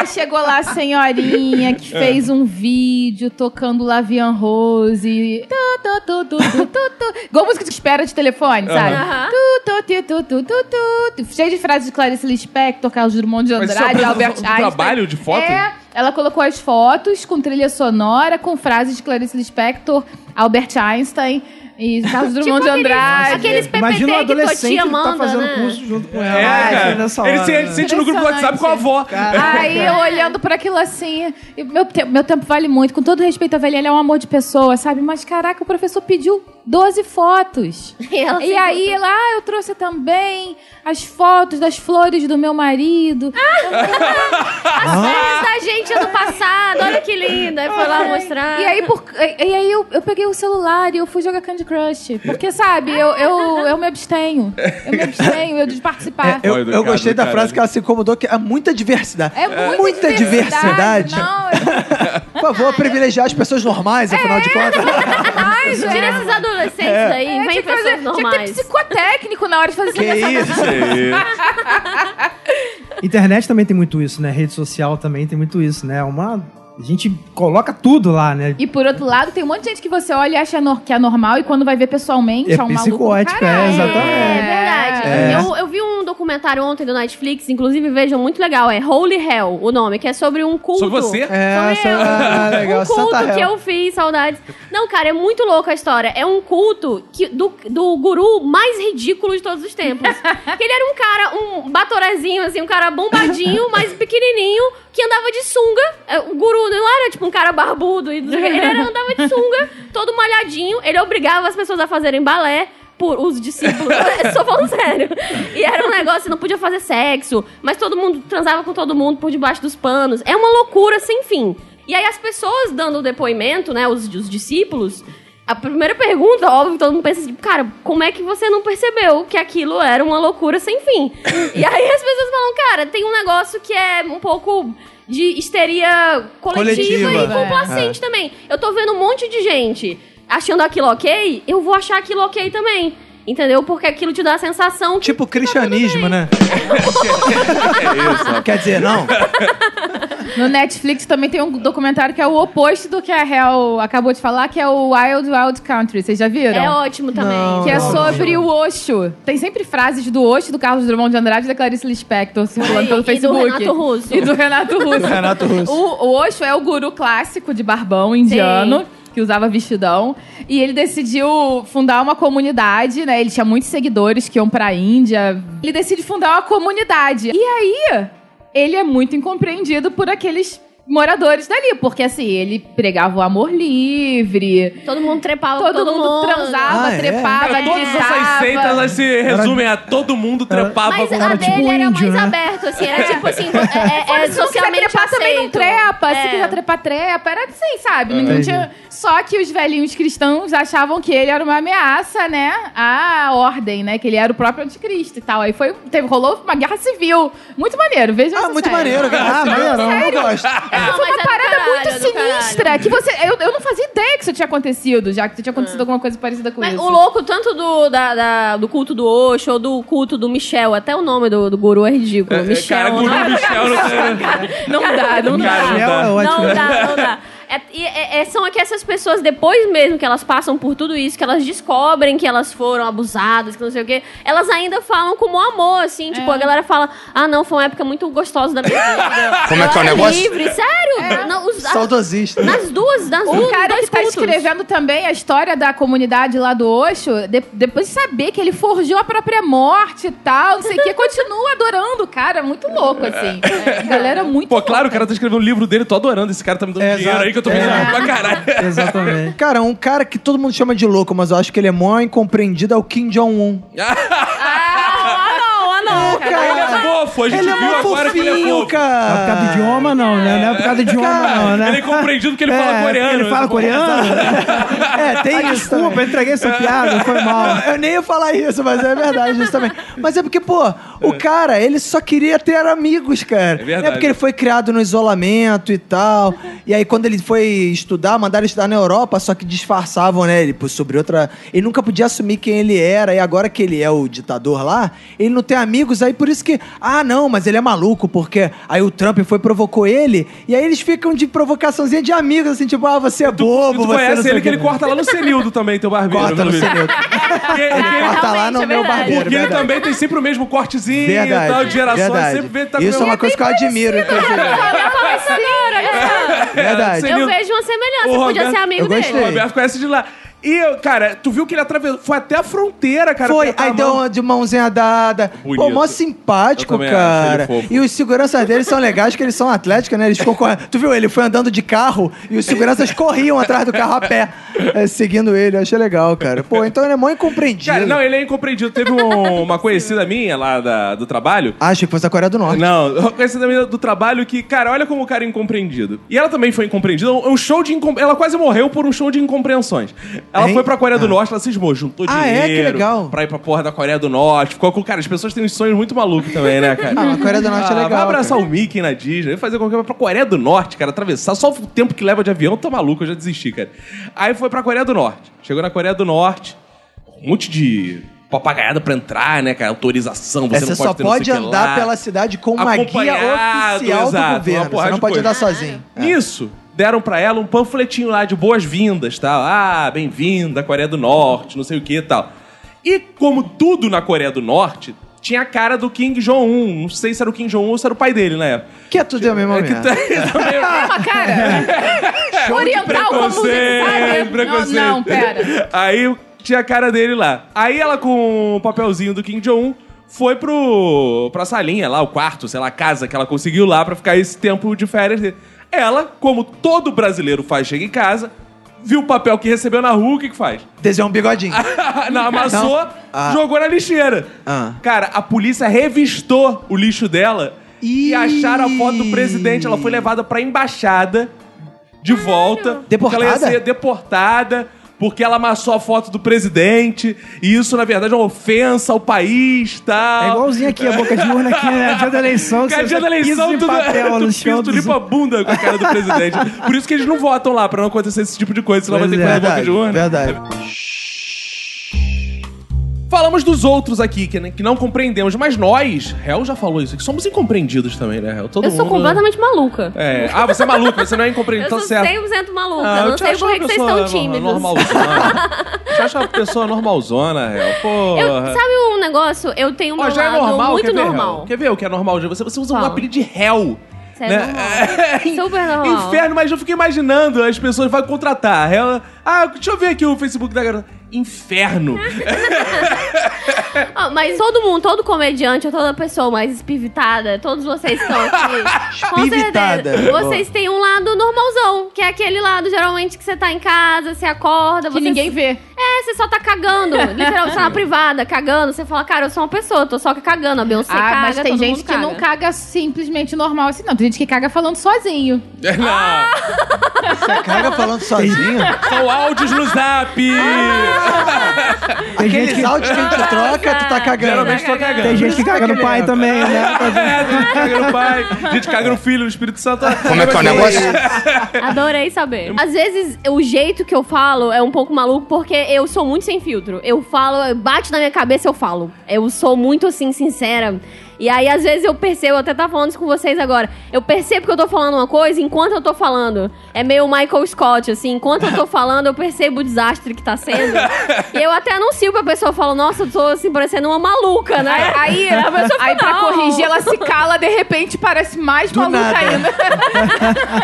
aí chegou lá a senhorinha que fez um vídeo tocando Lavian Rose. Tu, tu, tu, tu, tu, tu, tu. Igual música de espera de telefone, sabe?
Aham.
Tu, tu, ti, tu, tu, tu, tu, tu. Cheio de frases de Clarice Lispector, Carlos Drummond de
Mas isso é
Andrade,
apresentação
Albert
do
Einstein.
trabalho de foto?
É, ela colocou as fotos com trilha sonora, com frases de Clarice Lispector, Albert Einstein e Carlos Drummond de Andrade.
Tipo Aqueles PPT
Imagina um
que tua
adolescente
tia
que tá
manda,
fazendo
né?
curso junto com ela.
É,
Ai,
cara.
nessa
Ele
hora,
se, ele
né?
se sente no grupo do WhatsApp com a avó.
Aí eu olhando por aquilo assim, e meu, te- meu tempo vale muito. Com todo respeito à velha, ele é um amor de pessoa, sabe? Mas caraca, o professor pediu 12 fotos.
E ela
E
se
aí lá eu trouxe também as fotos das flores do meu marido.
Ah, Férias da gente ano passado, olha que linda. Aí foi lá mostrar.
E aí, por- e- e aí eu, eu peguei o celular e eu fui jogar Candy Crush. Porque, sabe, eu, eu, eu me abstenho. Eu me abstenho, eu de participar.
É, Eu,
Olha, do
eu
cara, né?
gostei
do
da
caralho.
frase que ela se incomodou, que há muita diversidade.
É muita,
diversidade.
Não, é
Por favor, privilegiar as pessoas normais, afinal de contas.
mais,
Tira
é.
esses adolescentes aí,
É,
vem
tinha, que
pessoas
fazer, tinha que ter
normais.
psicotécnico na hora de fazer
que
tá
isso?
Internet também tem muito isso, né? Rede social também tem muito isso, né? Uma. A gente coloca tudo lá, né?
E por outro lado, tem um monte de gente que você olha e acha no- que é normal e quando vai ver pessoalmente
É
é, um maluco. do
psicótica, é,
caralho.
exatamente.
É verdade. Eu, eu vi um documentário ontem do Netflix, inclusive vejam, muito legal. É Holy Hell, o nome, que é sobre um culto.
Sou você?
É,
Sou
essa-
eu.
ah, legal.
um culto
Santa
que
Hel.
eu fiz, saudades. Não, cara, é muito louca a história. É um culto que, do, do guru mais ridículo de todos os tempos. Porque ele era um cara, um batorazinho, assim, um cara bombadinho, mas pequenininho, que andava de sunga. É, O guru não era, tipo, um cara barbudo. e não sei o quê. Ele era, andava de sunga, todo malhadinho. Ele obrigava as pessoas a fazerem balé. Por os discípulos. Eu Só falando sério. E era um negócio, você não podia fazer sexo, mas todo mundo transava com todo mundo por debaixo dos panos. É uma loucura sem fim. E aí as pessoas dando o depoimento, né, os, os discípulos, a primeira pergunta, óbvio, todo mundo pensa assim, cara, como é que você não percebeu que aquilo era uma loucura sem fim? e aí as pessoas falam, cara, tem um negócio que é um pouco de histeria coletiva,
Coletiva,
e
né? É.
complacente também. Eu tô vendo um monte de gente achando aquilo ok, eu vou achar aquilo ok também. Entendeu? Porque aquilo te dá a sensação que
Tipo cristianismo, né?
É
Quer dizer, não?
No Netflix também tem um documentário que é o oposto do que a Hel acabou de falar, que é o Wild Wild Country. Vocês já viram?
é ótimo também.
Que é sobre o Osho. Tem sempre frases do Osho, do Carlos Drummond de Andrade e da Clarice Lispector circulando pelo
e do
Facebook.
Renato Russo.
E do Renato Russo.
Renato Russo.
O, o Osho é o guru clássico de barbão indiano.
Sim.
Que usava vestidão. E ele decidiu fundar uma comunidade, né? Ele tinha muitos seguidores que iam pra Índia. Ele decide fundar uma comunidade. E aí, ele é muito incompreendido por aqueles moradores dali. Porque, assim, ele pregava o amor livre.
Todo mundo trepava com
Todo, mundo, transava,
Ah, é?
trepava,
Cara, todas essas
gritava.
seitas elas se resumem a todo mundo
né?
trepava
Mas
com
a dele
tipo
era
índio,
mais
né?
aberto, assim. Era tipo assim, é, é, é
Mas se não quiser
socialmente
trepar também não
aceito.
trepa. assim, Se
É.
quiser trepar, trepa. Era assim, sabe? Não
Entendi.
tinha... Só que os velhinhos cristãos achavam que ele era uma ameaça, né? À ordem, né? Que ele era o próprio anticristo e tal. Aí foi, teve, rolou uma guerra civil. Muito maneiro, veja
Ah,
essa
muito
série.
maneiro, cara. Ah, maneiro, eu gosto.
Não,
Foi
mas
uma
é do
parada
caralho,
muito
é do caralho. Ah.
sinistra. Que você. Eu, eu não fazia ideia que isso tinha acontecido, já que tinha acontecido alguma coisa parecida com
Mas
isso.
o louco, tanto do, da- da- do culto do Osho ou do culto do Michel, até o nome do, do guru é ridículo. Michel.
Cara, guru
né?
Michel não tem...
Não dá, não dá.
Cara, não
Michel
dá.
é ótimo.
Não dá, não dá. É- e é- é- são aqui essas pessoas, depois mesmo que elas passam por tudo isso, que elas descobrem que elas foram abusadas, que não sei o quê, elas ainda falam como amor,
É.
assim. Tipo, a galera fala: ah, não, foi uma época muito gostosa da minha vida.
Como é
Eu
que é o
era
negócio? É.
Livre, sério? Não, os- a-
Saudosista.
nas duas, nas
O
duas,
cara
dois
que tá
cultos.
escrevendo também a história da comunidade lá do Osho, de- depois de saber que ele forjou a própria morte e tal, não sei o que, continua adorando o cara. Muito louco, assim. Galera muito
Pô, claro, o cara tá escrevendo o livro dele, tô adorando. Esse cara tá me dando
É,
dinheiro
exato.
aí que eu tô
É.
feliz pra caralho.
Exatamente.
Cara, um cara que todo mundo chama de louco, mas eu acho que ele é mó incompreendido, é o Kim Jong-un.
Ah, não, ah, não.
Ele é fofo, a gente
Ele é
viu
mó
agora que ele é fofo.
fofinho,
Não é por causa do
cara.
idioma, não, né? Não é por causa do idioma, não, né?
Ele é compreendido porque ele fala
É,
coreano.
Ele fala coreano? né?
É, tem isso também.
Desculpa, eu entreguei essa piada, foi mal.
Não, eu nem ia falar isso, mas é verdade isso também. Mas é porque, pô, o cara, ele só queria ter amigos, cara.
É verdade.
É porque ele foi criado no isolamento e tal. E aí, quando ele foi estudar, mandaram ele estudar na Europa, só que disfarçavam, né? Ele pô, sobre outra. Ele nunca podia assumir quem ele era. E agora que ele é o ditador lá, ele não tem amigos. Aí por isso que. Ah, não, mas ele é maluco, porque aí o Trump foi e provocou ele. E aí eles ficam de provocaçãozinha de amigos, assim, tipo, ah, você é
Tu
bobo, você não
conhece
sei
ele
o
que
quê.
ele corta lá no Senildo também, teu barbeiro.
Corta no
né?
Senildo.
Porque, porque ele-
Corta lá
realmente,
no
é
meu
verdade.
barbeiro.
porque ele
verdade.
também tem sempre o mesmo cortezinho e tal, de gerações. Sempre vê, tá com o
Isso é
mesmo-
uma coisa que eu admiro. inclusive.
assim,
Agora,
É,
Verdade.
assim, eu
Senil-
vejo uma semelhança,
Ô,
podia
Roberto,
ser amigo
eu
dele.
gostei.
O Roberto conhece de lá. E, cara, tu viu que ele atravessou. Foi até a fronteira, cara.
Foi,
apertar a
aí deu um
mão.
uma de mãozinha dada. Pô,
Bonito.
mó simpático,
Eu também
cara.
acho ele fofo.
E os seguranças deles são legais, porque eles são atléticos, né? Eles ficam correndo. Tu viu? Ele foi andando de carro e os seguranças corriam atrás do carro a pé. é, seguindo ele. Eu achei legal, cara. Pô, então ele é mó incompreendido.
Cara, não, ele é incompreendido. Teve um- uma conhecida minha lá da- do trabalho.
Ah, achei que fosse da Coreia do Norte.
Não, uma conhecida minha do trabalho que, cara, olha como o cara é incompreendido. E ela também foi incompreendida. Um um show de incom... Ela quase morreu por um show de incompreensões. Ela
Hein?
foi pra Coreia do Norte, ela cismou, juntou
Ah, é? Que
dinheiro
legal.
pra ir pra porra da Coreia do Norte. Ficou com. Cara, as pessoas têm uns sonhos muito malucos também, né, cara?
Ah, mas a Coreia do Norte é
Ah,
legal.
Vai abraçar
cara.
o Mickey na Disney, vai fazer qualquer coisa pra Coreia do Norte, cara, atravessar só o tempo que leva de avião, tá maluco, eu já desisti, cara. Aí foi pra Coreia do Norte. Chegou na Coreia do Norte, um monte de papagaiada pra entrar, né, cara, autorização, você
É,
não
Você
pode
só
ter não sei
pode
o que lá.
andar pela cidade com uma guia
Acompanhado,
oficial
exato,
do
uma
governo.
porrada
Você não
de
pode
coisa.
andar sozinho.
Nisso, deram pra ela um panfletinho lá de boas-vindas, tal. Ah, bem-vinda, Coreia do Norte, não sei o que e tal. E como tudo na Coreia do Norte, tinha a cara do Kim Jong-un. Não sei se era o Kim Jong-un ou se era o pai dele na época. tá
Que é tudo a mesma merda.
É uma cara oriental, como você sabe.
preconceito.
Não, não, pera.
Aí tinha a cara dele lá. Aí ela com o papelzinho do Kim Jong-un foi pro pra salinha lá, o quarto, sei lá, a casa que ela conseguiu lá pra ficar esse tempo de férias dele. Ela, como todo brasileiro faz, chega em casa, viu o papel que recebeu na rua, o que que faz?
Desenhou um bigodinho.
não, amassou,
Não. Ah.
jogou na lixeira.
Ah.
Cara, a polícia revistou o lixo dela e
Ih.
acharam a foto do presidente. Ela foi levada pra embaixada de volta. porque Ela ia
Deportada?
ser deportada. Porque ela amassou a foto do presidente, e isso, na verdade, é uma ofensa ao país, tal.
É igualzinho aqui, a boca de urna aqui, né? Dia da eleição.
Cara,
você
dia da eleição,
pisa
tu,
em papel
tu,
no
pisa,
chão
tu
dos-
limpa a bunda com a cara do presidente. Por isso que eles não votam lá, pra não acontecer esse tipo de coisa, senão vai
Pois
ter que
é,
fazer boca de
Verdade,
urna.
verdade.
Falamos dos outros aqui, que, né, que não compreendemos, mas nós, Hel já falou isso, que somos incompreendidos também, né, Hel? Todo
Eu
mundo...
sou completamente maluca.
É. Ah, você é maluco, você não é
Eu
incompreendido,
sou
tá certo.
100% maluca.
Ah, eu
não
te
sei
acho
por que
uma
que vocês
pessoa
estão tímidos.
Normalzona. Você acha uma pessoa normalzona, Hel? Porra.
Eu- sabe um negócio? Eu tenho um
Ó, já é
lado
normal,
muito
quer ver,
normal.
Hel? Quer ver o que é normal? Você, você usa um
Fala.
apelido de Hel.
Isso é normal. Super normal.
Inferno, mas eu fico imaginando, as pessoas vão contratar. Hel. Ah, deixa eu ver aqui o Facebook da garota. Inferno.
Ah, mas todo mundo, todo comediante, ou toda pessoa mais espivitada, todos vocês estão aqui. com
Espivitada.
certeza. Vocês têm um lado normalzão, que é aquele lado geralmente que você tá em casa, você acorda,
Que
você
ninguém vê.
É, você só tá cagando. Literalmente, você tá na privada, cagando. Você fala, cara, eu sou uma pessoa, eu tô só cagando. A Beyoncé caga,
Ah, mas tem
todo
gente
mundo
que não caga simplesmente normal assim, não. Tem gente que caga falando sozinho.
É,
Não.
Você caga falando sozinho?
Ah. São áudios no zap!
Ah.
Tem gente
Aqueles
que-
áudios que a gente troca, tu tá cagando.
Geralmente tô cagando.
Tem gente que é? caga no pai também, né?
É, tem gente que caga no pai, gente que caga no filho, no Espírito Santo.
Como é que é o negócio?
Adorei saber. Às vezes, o jeito que eu falo é um pouco maluco, porque eu sou muito sem filtro. Eu falo, bate na minha cabeça, eu falo. Eu sou muito, assim, sincera. E aí, às vezes, eu percebo, eu até tava falando isso com vocês agora. Eu percebo que eu tô falando uma coisa enquanto eu tô falando. É meio Michael Scott, assim. Enquanto eu tô falando, eu percebo o desastre que tá sendo. e eu até anuncio pra pessoa, eu falo, nossa, eu tô, assim, parecendo uma maluca, né?
Aí, aí pra
"Não."
corrigir, ela se cala, de repente parece mais
Do
maluca
nada.
ainda.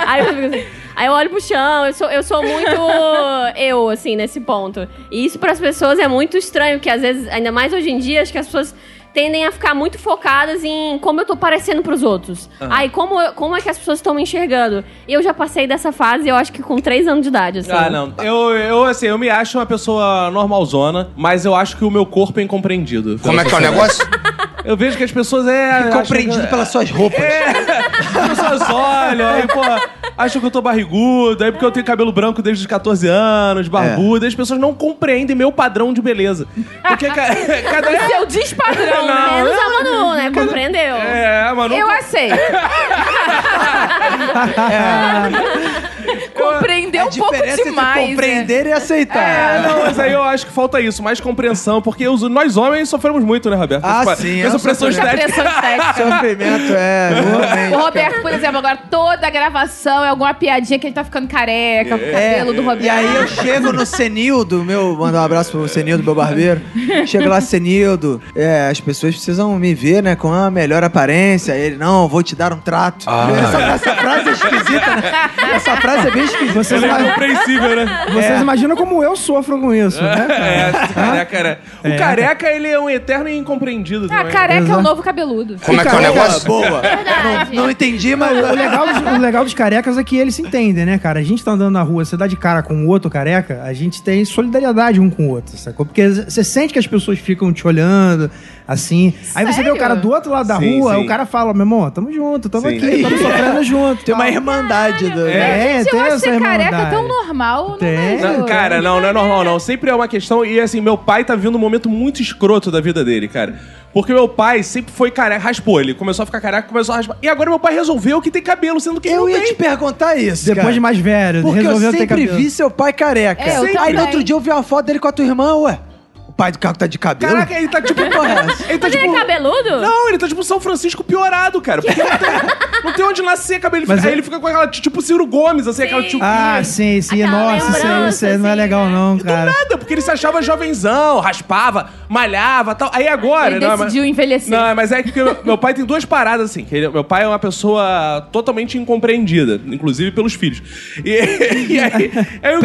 Aí eu fico assim. Aí eu olho pro chão, eu sou, eu sou muito eu, assim, nesse ponto. E isso pras pessoas é muito estranho, que às vezes, ainda mais hoje em dia, acho que as pessoas tendem a ficar muito focadas em como eu tô parecendo pros outros. Aí, como, eu- como é que as pessoas estão me enxergando? E eu já passei dessa fase, eu acho que com 3 anos de idade, assim.
Ah, não. Eu, eu, assim, eu me acho uma pessoa normalzona, mas eu acho que o meu corpo é incompreendido.
Como é que é o negócio?
Eu vejo que as pessoas é.
tá Compreendido pelas suas roupas.
As pessoas olham, aí, pô, acham que eu tô barrigudo, aí porque eu tenho cabelo branco desde os 14 anos, barbudo, aí as pessoas não compreendem meu padrão de beleza. Porque ca- cada.
Seu despadrão, né?
Não,
é Menos a Manu, né? Compreendeu?
É, mano.
Eu aceito. Compreender
A
um pouco
É. diferença entre
demais. né?
compreender e aceitar.
É, não, mas aí eu acho que falta isso, mais compreensão, porque os, nós homens sofremos muito, né, Roberto?
Ah,
Tipo,
sim,
com Essa
eu
pressão
sofro.
Muita
estética.
pressão estética.
Sofrimento, é,
O
realmente.
Roberto, por exemplo, agora toda a gravação é alguma piadinha que ele tá ficando careca, o
É,
cabelo do Roberto.
e aí eu chego no Senildo, meu. Mandar um abraço pro Senildo, meu barbeiro. Chego lá, Senildo. É, as pessoas precisam me ver, né? Com a melhor aparência. Ele,
Ah.
não, vou te dar um trato. Essa, essa frase é esquisita, né? Essa frase é bem esquisita.
Você não
incompreensível, né?
Vocês imaginam como eu sofro com isso, né? cara?
É, esse careca, né? O careca, ele é um eterno e incompreendido.
Ah,
também. né?
careca é o novo cabeludo.
Como é que é o
Boa,
negócio?
Boa.
Verdade.
Não entendi, mas.
O legal, dos, o legal dos carecas é que eles se entendem, né, cara? A gente tá andando na rua, você dá de cara com o outro careca, a gente tem solidariedade um com o outro, sacou? Porque você sente que as pessoas ficam te olhando, assim. Aí você vê
Sério?
o cara do outro lado da
Sim,
rua,
sim.
o cara fala, meu irmão, tamo junto, tamo
Sim.
aqui, tamo sofrendo junto.
Tem uma
tal."
irmandade do. né?
É,
Gente, eu
tem
acho
essa
ser careca é
irmandade.
tão normal. Não
Tem.
vejo.
Não, cara, não, não é normal, não. Sempre é uma questão. E assim, meu pai tá vivendo um momento muito escroto da vida dele, cara. Porque meu pai sempre foi careca, raspou. Ele começou a ficar careca, começou a raspar. E agora meu pai resolveu que tem cabelo, sendo que ele
Eu
não
ia
tem.
te perguntar isso.
Depois
cara.
de mais velho,
Porque eu
resolveu ter
sempre
cabelo.
vi seu pai careca.
É, eu
Sempre. Aí
também.
no outro dia eu vi uma foto dele com a tua irmã, ué. O pai do Caco tá de cabelo.
Caraca, ele tá tipo.
Que porra é essa?
ele tá
Mas ele
tipo.
é cabeludo?
Não, ele tá tipo São Francisco piorado, cara. Porque não tem, não tem onde nascer cabelo. Ele
Mas
fica-
é-
Aí ele fica com aquela, tipo, Ciro Gomes, assim, aquela tipo.
Ah, sim, sim.
Aquela
Nossa, isso, aí- isso aí não é
lembrança,
legal,
né?
assim,
não,
Do
cara.
nada, porque ele se achava jovenzão, raspava, malhava tal. Aí agora.
Ele
não, é mas-
decidiu envelhecer.
Não, mas é que meu- meu pai tem duas paradas, assim. que ele- meu pai é uma pessoa totalmente incompreendida, inclusive pelos filhos. E, e aí, aí o que-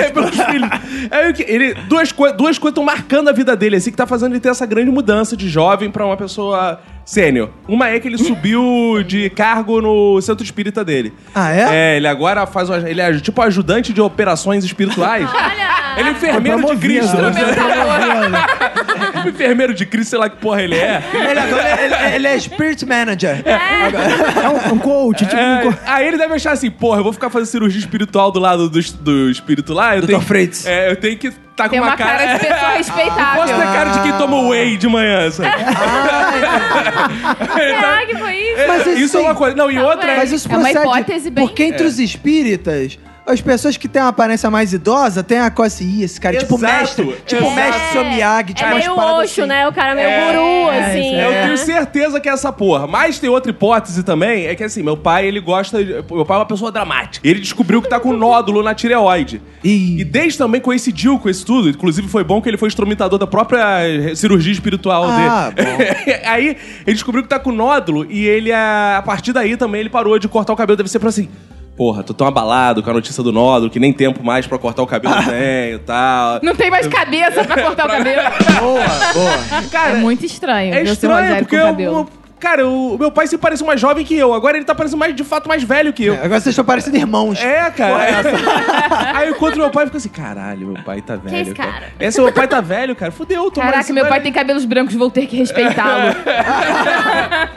é, pelos filhos. Aí o que- ele, duas, coi- duas coisas estão marcando a vida dele, assim, que tá fazendo ele ter essa grande mudança de jovem pra uma pessoa sênior. Uma é que ele subiu de cargo no centro espírita dele.
Ah, é?
É, ele agora faz uma, Ele é tipo ajudante de operações espirituais.
Olha!
Ele é enfermeiro de
Promovido.
Cristo.
Promovido.
enfermeiro de Cristo, sei lá que porra ele é.
Ele agora ele, ele é Spirit Manager.
É um, um coach, tipo um
É,
coach.
aí ele deve achar assim, porra, eu vou ficar fazendo cirurgia espiritual do lado do, do espírito lá. Eu
Dr.
tenho,
Freitas.
É, eu tenho que estar com
Tem uma cara, de pessoa
Eu
respeitável.
Posso ter cara de quem toma whey de manhã, sabe? tá-
Será que foi isso?
Mas isso
isso é uma
tem-
coisa. Não, e outra é.
Mas isso
É uma
procede,
hipótese bem-
Porque
É.
entre os espíritas, as pessoas que têm uma aparência mais idosa têm a coisa assim, "Ih, esse cara é tipo
Exato,
mestre. Tipo
exato.
mestre seu Miyagi, tipo
É
umas
meio
paradas
oxo,
assim.
né? O cara meio
É,
guru, assim.
Eu
né?
tenho certeza que é essa porra. Mas tem outra hipótese também, é que assim, meu pai, ele gosta. de- meu pai é uma pessoa dramática. Ele descobriu que tá com nódulo na tireoide.
Ih.
E desde também coincidiu com isso tudo. Inclusive, foi bom que ele foi instrumentador da própria eh, cirurgia espiritual
Ah,
dele. aí, ele descobriu que tá com nódulo e ele, a a partir daí também, ele parou de cortar o cabelo. Deve ser pra assim. Porra, tô tão abalado com a notícia do nódulo que nem tempo mais pra cortar o cabelo eu tenho e tal.
Não tem mais cabeça pra cortar o cabelo.
Boa, boa.
É
Cara,
muito estranho. ver
é
o seu
estranho,
Rogério
porque
com
eu-
cabelo.
eu- cara, o meu pai se parece mais jovem que eu. Agora ele tá parecendo mais, de fato mais velho que eu.
Agora vocês estão parecendo irmãos.
É, cara. é. Aí eu encontro meu pai e fico assim, caralho, meu pai tá velho.
esse
cara.
cara?
Esse meu pai tá velho, cara. Fudeu, tô mais-
Caraca, meu pai tem cabelos brancos, vou ter que respeitá-lo.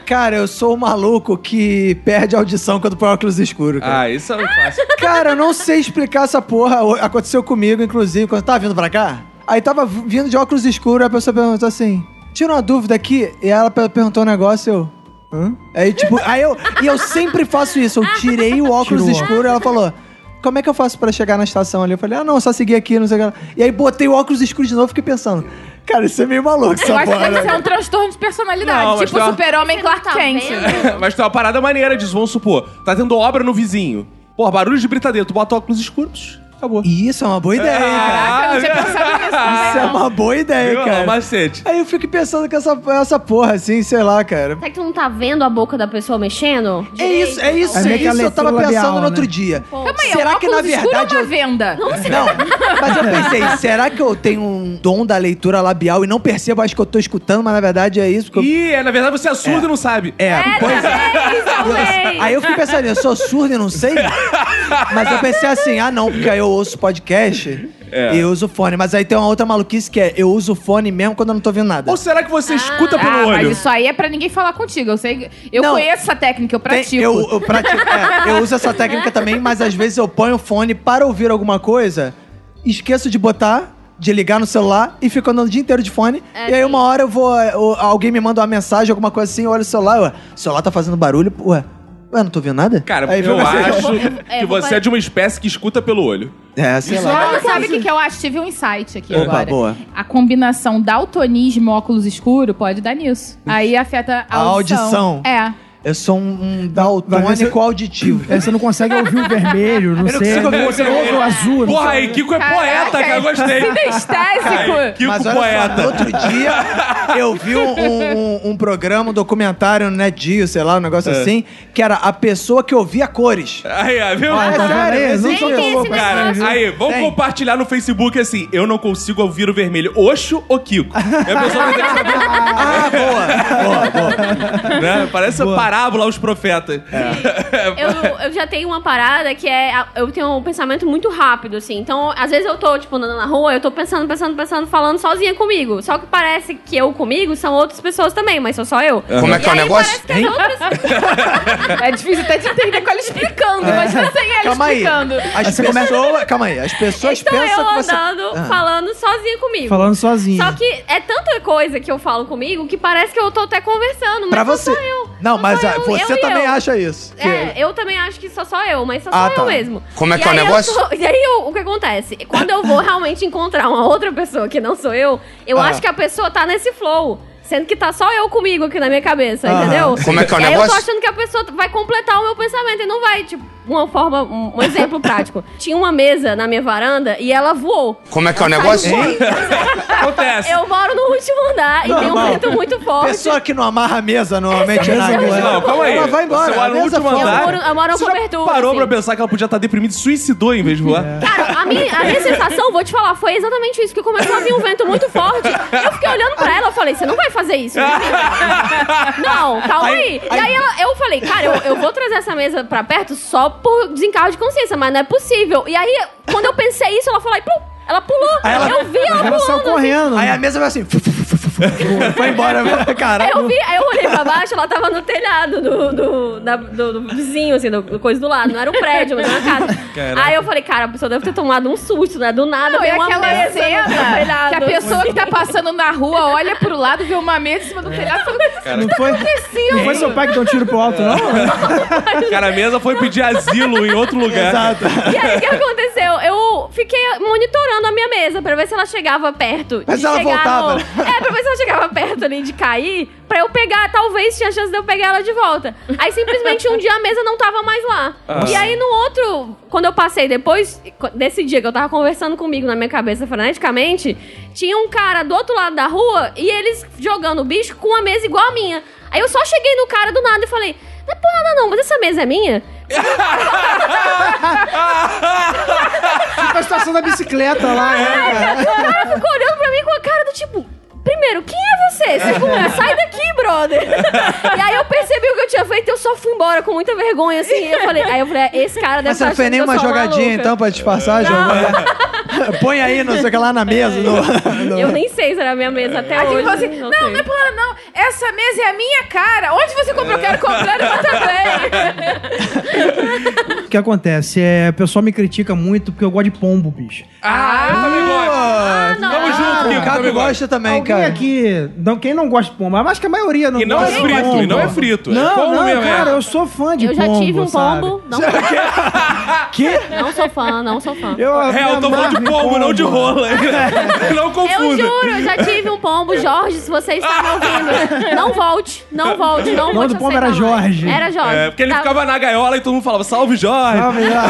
Cara, eu sou o maluco que perde a audição quando põe óculos escuros, cara.
Ah, isso é fácil.
Cara, eu não sei explicar essa porra. O- Aconteceu comigo, inclusive, quando eu tava vindo pra cá. Aí tava v- vindo de óculos escuros, a pessoa perguntou assim: tira uma dúvida aqui. E ela per- perguntou um negócio, eu. Hã? Aí, tipo, aí eu. E eu sempre faço isso. Eu tirei o óculos
Tirou o
escuro e ela falou. Como é que eu faço pra chegar na estação ali? Eu falei, ah, não, só seguir aqui, não sei o que. lá. E aí botei o óculos escuro de novo e fiquei pensando, cara, isso é meio maluco, essa
Eu acho que
porra.
deve
né?
ser um transtorno de personalidade.
Não, mas
tipo
tá-
super-homem Clark
Tá
Kent.
vendo?
Mas tem uma parada maneira disso, vamos supor. Tá tendo obra no vizinho. Porra, barulho de britadeira, tu bota óculos escuros, acabou.
E isso é uma boa ideia,
Ah,
cara.
Caraca, eu não tinha pensado nisso.
Isso é uma boa ideia,
Viu?
cara.
Macete.
Aí eu fico pensando que essa, essa porra, assim, sei lá, cara.
Será que tu não tá vendo a boca da pessoa mexendo?
É
Direito?
isso, é isso,
É
é
meio que a
isso. Eu tava
leitura
pensando
labial,
no outro
né?
dia.
Calma aí,
será
é um
que na
óculos escuro
verdade
ou uma
eu...
venda?
Não, mas eu pensei, será que eu tenho um dom da leitura labial e não percebo acho que eu tô escutando, mas na verdade é isso? Porque eu...
Ih, é, na verdade você é surdo e não sabe.
É, pois é.
Talvez, talvez.
Aí eu fiquei pensando, eu sou surdo e não sei? Mas eu pensei assim, ah não, porque aí eu ouço podcast e eu uso fone. Mas aí tem uma outra maluquice que é, eu uso fone mesmo quando eu não tô vendo nada.
Ou será que você escuta pelo
Ah,
olho?
mas isso aí é pra ninguém falar contigo. Eu sei. Eu
Não.
conheço essa técnica, eu
Tem-
pratico.
eu, eu pratico, é, eu uso essa técnica também, mas às vezes eu ponho o fone para ouvir alguma coisa, esqueço de botar, de ligar no celular e fico andando o dia inteiro de fone. e aí uma hora eu vou, eu- alguém me manda uma mensagem, alguma coisa assim, eu olho o celular, ué, o celular tá fazendo barulho, ué, ué, não tô vendo nada?
Cara,
aí
eu
fica assim,
acho
é,
que
vou
você
fazer-
é de uma espécie que escuta pelo olho.
É, sei lá.
Não, sabe o que, que eu acho? Tive um insight aqui
Opa,
agora.
boa.
A combinação daltonismo e óculos escuro pode dar nisso. Aí afeta a,
A audição.
É.
Eu sou um, um
Vai ver se-
daltônico auditivo.
É, você não consegue ouvir o vermelho, não
Eu não
sei.
consigo ouvir
você
o
ouve o azul. não
é Porra,
sei.
aí, Kiko é poeta,
Caraca,
cara, eu gostei.
Sinestésico.
Kiko
Mas olha só, no
poeta.
outro dia eu vi um, um- um- um programa, um documentário no NetGeo, sei lá, um negócio assim, que era a pessoa que ouvia cores.
Aí, ó, viu?
Ah, tá vendo?
sério,
Não
existe
sou
esse
tão louco
negócio.
assim, viu?
Cara, aí, vamos
Tem.
compartilhar no Facebook assim. Eu não consigo ouvir o vermelho. Oxo ou Kiko? É a pessoa que tem que saber,
Ah, boa! boa, boa.
né? Parece a parábola aos profetas.
É.
Eu, eu já tenho uma parada que é. a- Eu tenho um pensamento muito rápido, assim. Então, às vezes eu tô, tipo, andando na rua, eu tô pensando, pensando, pensando, falando sozinha comigo. Só que parece que eu comigo são outras pessoas também, mas sou só eu.
Como é que é o
E aí
negócio?
parece que as outras-
É difícil até de entender com ela explicando. Imagina sem ela
É. Calma aí.
explicando.
As pessoas. Calma aí, as pessoas
Estou eu
pensam que você.
andando,
Ah.
falando sozinha comigo.
Falando sozinho.
assim.
Só que é tanta coisa que eu falo comigo que parece que eu tô até conversando, mas
Pra
sou
você.
só eu.
Não,
Sou
mas
só
ah,
eu,
você
eu e
também
eu.
acha isso. que-
É, eu também acho que sou só eu, mas sou
Ah,
só
tá.
eu mesmo.
Como é que é
E
o
aí eu
negócio?
sou- e aí eu- o que acontece? Quando eu vou realmente encontrar uma outra pessoa que não sou eu, eu
Ah.
acho que a pessoa tá nesse flow. Sendo que tá só eu comigo aqui na minha cabeça,
Ah.
entendeu?
Como é que é o
e Aí eu
negócio?
tô achando que a pessoa vai completar o meu pensamento e não vai, tipo, uma forma, um, um exemplo prático. Tinha uma mesa na minha varanda e ela voou.
Como é que é o
Ela
negócio?
saiu voando.
Acontece.
Eu moro no último andar e tem um
Normal.
vento muito forte.
Pessoa que não amarra a mesa normalmente
Essa
na
mesma coisa.
Não, é calma aí.
Ela vai embora.
Você
a
mora no
mesa
último
foi.
andar.
Eu moro- eu moro na
tá? Você já
cobertura,
parou
assim.
pra pensar que ela podia estar deprimida e suicidou em vez de voar?
É.
Cara, a minha, a minha sensação, vou te falar, foi exatamente isso, que começou a vir um vento muito forte. Eu fiquei olhando pra ela, eu falei, você não vai fazer isso. né? Não, calma aí. E aí ela- eu falei, cara, eu, eu vou trazer essa mesa pra perto só por desencargo de consciência, mas não é possível. E aí, quando eu pensei isso, ela falou, e plum, ela pulou.
ela-
eu vi ela
Ela saiu
pulando. assim.
correndo.
Aí a mesa vai assim. Foi embora. Caralho.
Eu vi, aí eu olhei pra baixo, ela tava no telhado do, do, da- do- do vizinho, assim, do, do coisa do lado. Não era um prédio, mas era uma casa.
Caraca.
Aí eu falei, cara, a pessoa deve ter tomado um susto, né? Do nada,
Não, é
veio uma
aquela
mesa
cena
no telhado.
que a pessoa que tá passando na rua olha pro lado, vê uma mesa em cima do telhado e fala, "Mas isso
Não foi,
aconteceu.
não foi seu pai que deu um tiro pro alto, não?
Cara, a mesa foi pedir asilo em outro lugar.
Exato.
E aí, o que aconteceu? Eu fiquei monitorando a minha mesa pra ver se ela chegava perto.
Mas
de
ela
chegar
voltava,
no-
né?
É, pra ver se ela chegava perto ali de cair, pra eu pegar, talvez tinha chance de eu pegar ela de volta. Aí, simplesmente, um dia a mesa não tava mais lá. E aí, no outro, quando eu passei depois desse dia que eu tava conversando comigo na minha cabeça freneticamente, tinha um cara do outro lado da rua e eles jogando o bicho com uma mesa igual a minha. Aí eu só cheguei no cara do nada e falei, não é por nada não, mas essa mesa é minha?
Tipo a situação da bicicleta lá, né, cara?
O cara ficou olhando pra mim com a cara do tipo. Primeiro, quem é você? Segundo, sai daqui, brother. e aí eu percebi o que eu tinha feito, eu só fui embora com muita vergonha, assim. E eu falei, aí eu falei, "Ah, esse cara deve
Mas você
estar achando
não fez
que eu
nenhuma
sou uma É.
jogadinha,
maluca."
então, pra disfarçar? Jogou... Põe aí, não sei o que lá na
É.
mesa. no- no-
Eu nem sei se era a minha mesa até
Aí
hoje.
falou assim, não, não
sei.
é por nada, não. Essa mesa é a minha cara. Onde você comprou? Eu quero comprar uma também.
O que acontece? É, o pessoal me critica muito porque eu gosto de pombo, bicho.
Ah, eu também gosto.
Ah,
não.
Tamo
ah,
junto,
o
Kiko.
Caco
também gosto.
gosta também,
Alguém
cara.
aqui, não, quem não gosta de pombo? Mas acho que a maioria não
E não
gosta
é
de
frito,
pombo.
e não é frito, é
Não,
pombo
não,
mesmo, é.
cara, eu sou fã de
Eu já
pombo,
tive um
sabe?
pombo. Não, sou fã. não sou fã, não sou fã.
Eu,
É, eu tô
me
falando de
amarro em
pombo, não de rola. Não
Eu
confunda.
juro, eu já tive um pombo, Jorge, se você está me ouvindo. Não volte, não volte, não volte.
nome do pombo era Jorge.
Era Jorge.
É, porque ele
Tá-
ficava na gaiola e todo mundo falava, salve, Jorge.
Ah, melhor.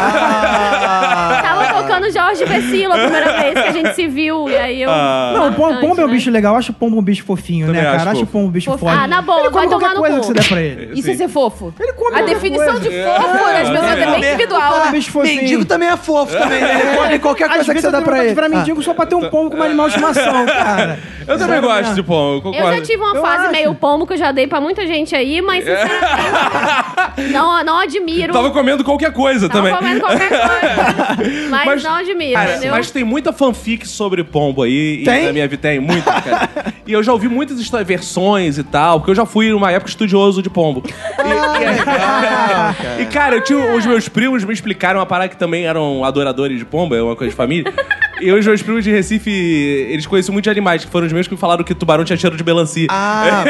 Tava tocando Jorge Vecilo a primeira vez que a gente se viu. E aí eu.
Ah.
Não, o pombo,
Bastante,
pombo é um
né?
bicho legal. Eu acho o pombo um bicho fofinho,
Também
né,
acho
cara? Acho o
fofo.
pombo um bicho
Fofo.
foda.
Ah, na boa,
Ele come
vai
qualquer
tomar no
coisa
cu.
que você der pra ele.
Isso é ser fofo.
Ele come
A
qualquer
definição
coisa.
de fofo das pessoas é bem individual.
né?
Ah, bicho fofinho.
Mendigo também é fofo também. né? Ele come qualquer
Às
coisa que
vezes
você
eu
dá
tenho
pra
vontade
ele.
de virar
Ah.
mendigo só pra ter um pombo como animal de estimação, cara.
Eu também
é?
gosto de pombo, eu
Eu
concordo.
já tive uma
Eu
fase
acho.
meio pombo que eu já dei pra muita gente aí, mas sinceramente, não, não admiro.
Tava comendo qualquer coisa
um. Tava
também.
comendo qualquer coisa. Mas, não admiro,
cara,
entendeu?
mas tem muita fanfic sobre pombo aí.
Tem?
E na minha vida tem muita, cara. e eu já ouvi muitas histó- versões e tal, porque eu já fui numa época estudioso de pombo.
Ah,
E, e- e, cara, eu tinha, os meus primos me explicaram uma parada que também eram adoradores de pombo, é uma coisa de família. E os meus primos de Recife, eles conheciam muito de animais, que foram os meus que falaram que tubarão tinha cheiro de melancia.
Ah,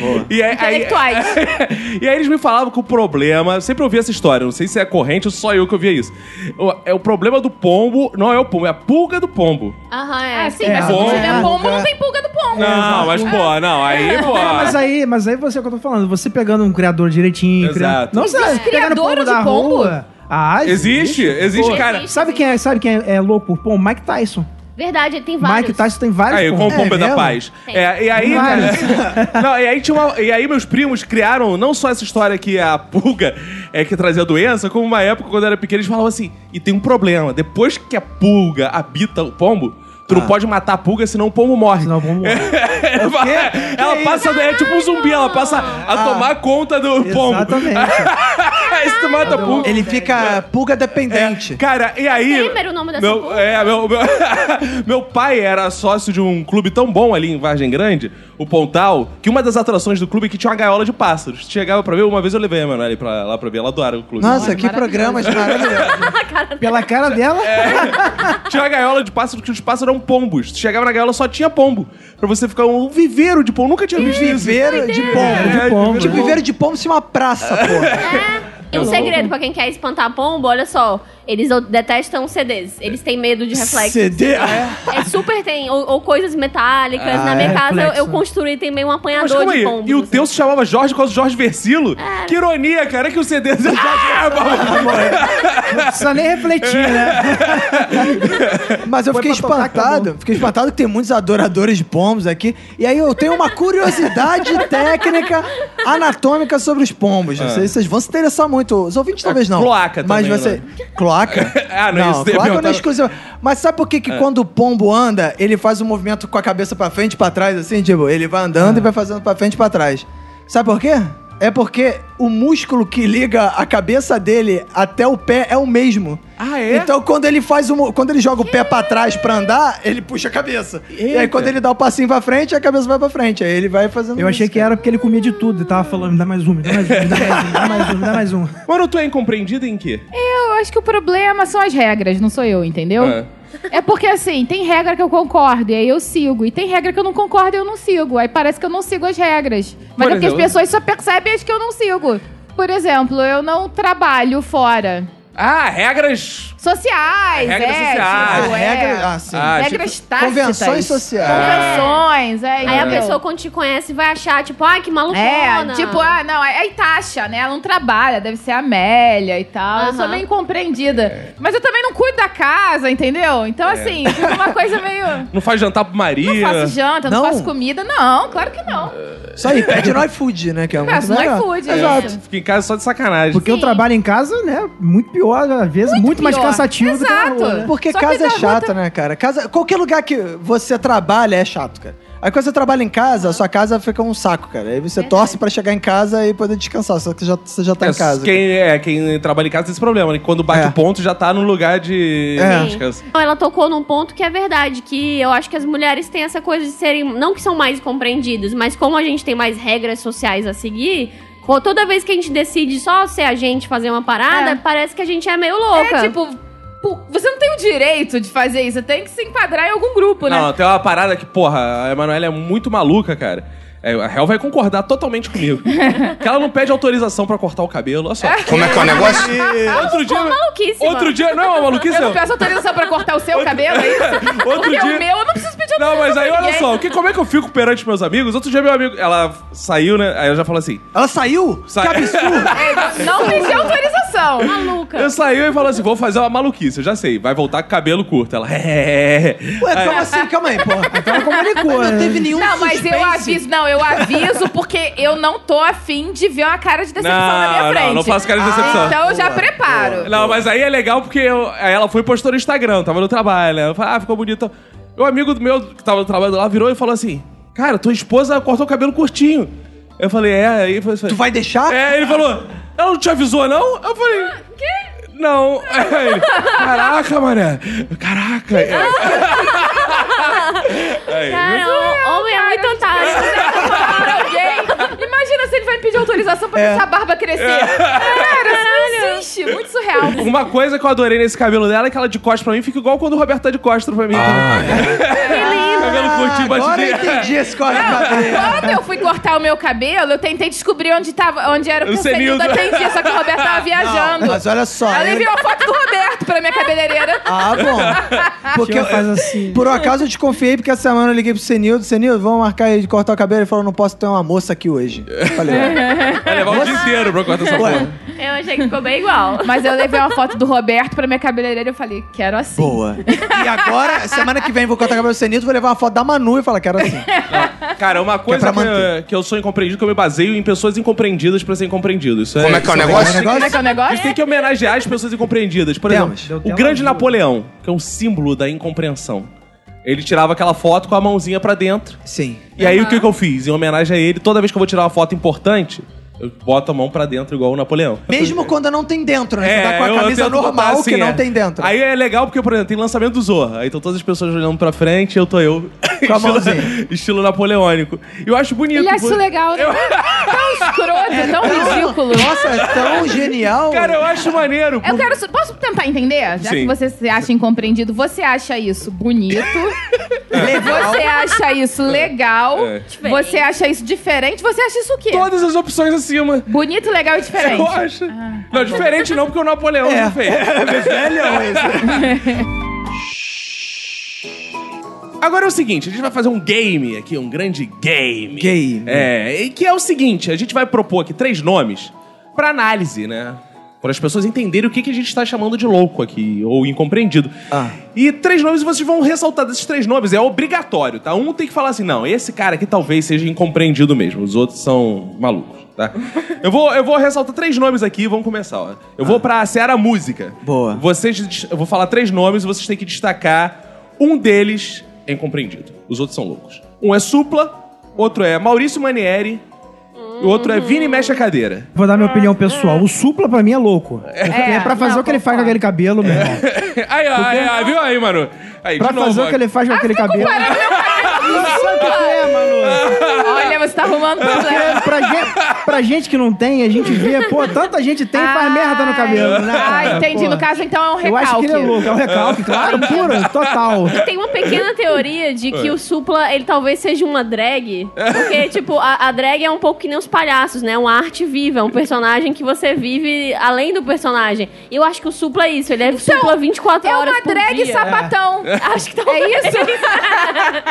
boa.
Assim.
E aí, aí-
Intelectuais.
é.
e aí eles me falavam que o problema. eu Sempre ouvi essa história, não sei se é corrente ou só eu que ouvia isso. O, é o problema do pombo, não é o pombo, é a pulga do pombo.
Aham, é.
Ah, sim, mas se
bom.
não tiver pombo, não tem pulga do pombo.
Não, mas pô, não, aí, pô.
É, mas aí, mas aí você é o que eu tô falando, você pegando um criador direitinho.
Exato.
Não, você
Existe
pegando
criador
pombo
de
da
pombo?
rua. Ah,
Existe, existe,
Pô.
cara.
Existe.
Sabe quem é, sabe quem é, é louco por pombo? Mike Tyson.
Verdade, tem vários.
tá
Mike Tyson tem vários
Aí, com o
pombos.
Pompa
É
da
mesmo?
Paz. É, e aí, cara, não, e aí tinha uma- e aí meus primos criaram não só essa história que a pulga é que trazia doença, como uma época quando eu era pequeno eles falavam assim, e tem um problema, depois que a pulga habita o pombo, tu não pode matar a pulga, senão o pombo morre.
Ah. Senão o pombo morre.
É,
É
ela passa, é tipo um zumbi, ela passa a
Ah.
tomar conta do pombo.
Exatamente.
aí se tu mata a pulga...
Ah. Ele fica pulga dependente.
Cara, e aí.
Temer o nome dessa
meu,
porra.
É, meu, meu, meu pai era sócio de um clube tão bom ali em Vargem Grande, o Pontal, que uma das atrações do clube é que tinha uma gaiola de pássaros. Chegava pra ver, uma vez eu levei a Emanuele pra lá pra ver, ela adora o clube.
Nossa, que
maravilhoso.
programas maravilhosos.
Pela cara dela.
É. Tinha uma gaiola de pássaros que os pássaros eram pombos. Chegava na gaiola só tinha pombo. Pra você ficar um viveiro de pombo. Nunca tinha visto isso.
Um
É,
Viveiro de pombo.
de pombo.
Tipo, viveiro de pombo se chama praça, porra.
E um segredo pra quem quer espantar pombo, olha só. Eles o- detestam CDs. Eles têm medo de reflexo.
CD.
É super tem. Ou, ou coisas metálicas.
Ah,
Na minha
é
casa eu,
reflexo.
eu construí também um
Mas
apanhador
calma
de
aí,
pombo. assim.
e
assim.
o teu se chamava Jorge por causa do Jorge Versilo? Que ironia, cara, é que o CD do Jorge... Ah,
Não precisa nem refletir, né?
Mas eu
Foi
fiquei
pra tocar,
espantado. Fiquei espantado que tem muitos adoradores de pombos aqui. E aí eu tenho uma curiosidade técnica anatômica sobre os pombos. Não sei se vocês vão se interessar muito. Os ouvintes talvez não.
Ah. cloaca
Mas
também, né?
você. Cloaca?
Ah, não, isso
cloaca não é
perguntaram-
exclusiva. Mas sabe por
É.
que, que quando o pombo anda, ele faz um movimento com a cabeça pra frente e pra trás, assim? Tipo, ele vai
É.
andando e vai fazendo pra frente e pra trás. Sabe por quê? É porque o músculo que liga a cabeça dele até o pé é o mesmo.
Ah, é?
Então quando ele faz um, quando ele joga o pé pra trás pra andar, ele puxa a cabeça. E aí
Eita.
quando ele dá o passinho pra frente, a cabeça vai pra frente. Aí ele vai fazendo
Eu achei
isso,
que
cara.
era porque ele comia de tudo e tava falando, me dá mais um, me dá mais um, me dá mais um, me dá mais um, me dá mais um.
Mano, tu é incompreendido em quê?
Eu acho que o problema são as regras, não sou eu, entendeu?
Ah.
É porque assim, tem regra que eu concordo e aí eu sigo. E tem regra que eu não concordo e eu não sigo. Aí parece que eu não sigo as regras. Mas
Por
é porque as
exemplo?
pessoas só percebem as que eu não sigo. Por exemplo, eu não trabalho fora.
Ah, regras
Sociais,
Regras
é,
sociais.
tipo,
Ah,
é.
regra- ah, sim.
Ah,
regras tácitas.
Convenções sociais.
Convenções, é.
Aí a
entendeu?
pessoa quando te conhece vai achar, tipo, ai, que malucona.
É, tipo, ah, não, aí aí taxa, né? Ela não trabalha, deve ser a Amélia e tal. Eu sou
Aham.
meio incompreendida.
É.
Mas eu também não cuido da casa, entendeu? Então, assim, fica uma coisa meio.
Não faz jantar pro Maria.
Não faço janta, não,
Não?
faço comida. Não, claro que não.
Isso aí, pede no iFood, né? Que é muito
Peço no
melhor.
iFood. isso.
Fica em casa só de sacanagem.
Porque
Sim.
o trabalho em casa, né, muito pior, às vezes, muito, mais
pior.
cansativo do que na
Exato.
rua, né?
Porque
Só que
casa é
da
chata,
outra-
né, cara? Casa, qualquer lugar que você trabalha é chato, cara. Aí quando você trabalha em casa, a sua casa fica um saco, cara. Aí você torce pra chegar em casa e poder descansar, só que já, você já tá
É,
em casa.
Quem, é, quem trabalha em casa tem esse problema, né? Que Quando bate
É.
o ponto, já tá no lugar de.
É.
Descanso.
Não, ela tocou num ponto que é verdade, que eu acho que as mulheres têm essa coisa de serem, não que são mais compreendidas, mas como a gente tem mais regras sociais a seguir, co- toda vez que a gente decide só ser a gente fazer uma parada,
É.
parece que a gente é meio
É,
louca.
tipo, pô, você não tem o direito de fazer isso. Você tem que se enquadrar em algum grupo, né?
Não, tem uma parada que, porra, a Emanuela é muito maluca, cara. É, a Hel vai concordar totalmente comigo. que ela não pede autorização pra cortar o cabelo, olha só.
Como é que é o negócio?
outro dia.
maluquíssima.
Outro dia. Não, é uma maluquice.
Eu não
não.
peço autorização pra cortar o seu cabelo aí.
Outro
Porque
dia.
é o meu eu não preciso pedir
Não,
autorização.
mas aí
pra
olha
ninguém.
só, o que, como é que eu fico perante meus amigos? Outro dia meu amigo, ela saiu, né? Aí eu já falo assim:
Ela saiu?
Sai-
Que absurdo!
É, Não pedi autorização.
maluca.
Eu saiu e falou assim: vou fazer uma maluquice, eu já sei, vai voltar com cabelo curto. Ela, é.
Ué, calma assim, calma aí, porra. Então comunicou,
né?
Não teve nenhum
Não, mas eu
suspense.
aviso, não, eu aviso porque eu não tô afim de ver uma cara de decepção na minha frente.
não, não faço cara de decepção.
Então eu já preparo.
Não, mas aí é legal porque eu- aí ela foi e postou no Instagram, tava no trabalho, né? Eu falei, ah, ficou bonito. Um amigo do meu que tava no trabalho lá virou e falou assim: Cara, tua esposa cortou o cabelo curtinho. Eu falei, é, aí eu falei,
Tu vai deixar?
É, ele falou, ela não te avisou, não? Eu falei. Quê? Não. É, Aí ele, Caraca, mané. Caraca. É. Aí,
Cara, Ah, homem é muito otário.
Pra alguém. Imagina se ele vai pedir autorização pra deixar a barba crescer. Cara, isso não existe. Muito surreal.
Uma coisa que eu adorei nesse cabelo dela é que ela de costas pra mim fica igual quando o Roberto tá de costas pra mim. cabelo curtinho,
Agora eu
batidinho.
entendi esse código de
Ah,
barreira.
Quando eu fui cortar o meu cabelo, eu tentei descobrir onde, tava, onde era o
O
pensamento da
senil.
Tendia, só que o Roberto tava viajando.
Mas olha só.
Ela
eu-
enviou a foto do Roberto pra minha cabeleireira.
Ah, bom. Porque
Ela faz
eu-
assim.
Por um acaso eu desconfiei, porque essa semana eu liguei pro Senildo. Senildo, vamos marcar aí de cortar o cabelo. Ele falou, não posso ter uma moça aqui hoje. Eu Falei,
Vai levar o dia inteiro pra cortar essa
ué,
porra.
Eu achei que ficou bem igual.
Mas eu levei uma foto do Roberto pra minha cabeleireira e eu falei, quero assim.
boa. E agora, semana que vem, vou cortar o cabelo do Senildo, vou levar uma foto da Manu e falar que era assim.
Cara, uma coisa
pra
que,
manter.
que eu sou incompreendido, que eu me baseio em pessoas incompreendidas pra ser incompreendido. Isso
Como é que é o
isso
negócio?
Esse
Como é que é o
A gente
negócio?
tem que homenagear as pessoas incompreendidas. Por
Temos.
exemplo,
Deu
o
tela
grande
azul.
Napoleão, que é um símbolo da incompreensão. Ele tirava aquela foto com a mãozinha pra dentro.
Sim.
E aí o que, que eu fiz? Em homenagem a ele, toda vez que eu vou tirar uma foto importante, eu boto a mão pra dentro igual o Napoleão.
Mesmo quando não tem dentro, né? Você tá com
É, eu-
a
eu
camisa
tento
normal
botar assim,
que não
é.
tem dentro.
Aí é legal porque, por exemplo, tem lançamento do Zorra. Aí estão todas as pessoas olhando pra frente, eu tô eu.
Com a
estilo,
mãozinha. é
estilo napoleônico. Eu acho bonito.
Ele acha isso
pô.
legal, né? Tão escroto, tão ridículo.
Nossa, é tão genial.
Cara, eu acho maneiro.
Eu quero. su- Posso tentar entender? Já que
Sim.
você se acha incompreendido, você acha isso bonito. Você acha isso legal.
É.
Você acha isso diferente. Você acha isso o quê?
Todas as opções acima.
Bonito, legal e É diferente.
Eu acho. não, diferente não, porque o Napoleão
É.
não fez.
velho esse.
Agora é o seguinte, a gente vai fazer um game aqui, um grande game.
Game.
É, e que é o seguinte, a gente vai propor aqui três nomes pra análise, né? Para as pessoas entenderem o que, que a gente está chamando de louco aqui, ou incompreendido.
Ah.
E três nomes vocês vão ressaltar desses três nomes, é obrigatório, tá? Um tem que falar assim, não, esse cara aqui talvez seja incompreendido mesmo, os outros são malucos, tá? eu, vou, eu vou ressaltar três nomes aqui, vamos começar, ó. Eu vou pra Seara Música.
Ah. Boa.
Vocês, des- eu vou falar três nomes e vocês têm que destacar. Um deles é incompreendido. Os outros são loucos. Um é Supla, outro é Maurício Manieri, e o outro é Vini Mexe a Cadeira.
Vou dar minha opinião pessoal. O Supla, pra mim, é louco. É, pra fazer
não, É.
o que ele faz com aquele cabelo, meu irmão.
aí, ó, aí, ó, viu aí, mano? Aí,
Pra
de novo,
fazer
ó.
o que ele faz com
Ah,
aquele cabelo.
Olha, você tá arrumando problema.
é, Pra gente, pra gente que não tem, a gente vê, pô, tanta gente tem e faz merda no cabelo, né?
Ah,
cara?
entendi.
Pô.
No caso, então é um
Eu acho que
recalque.
ele é louco, é um recalque, claro, puro, total.
Tem uma pequena teoria de que o Supla, ele talvez seja uma drag. Porque, tipo, a, a drag é um pouco que nem os palhaços, né? É uma arte viva, é um personagem que você vive além do personagem. E eu acho que o Supla é isso, ele é Supla 24
Então, É
horas
uma
por
drag
dia.
sapatão.
Acho que talvez.
É isso?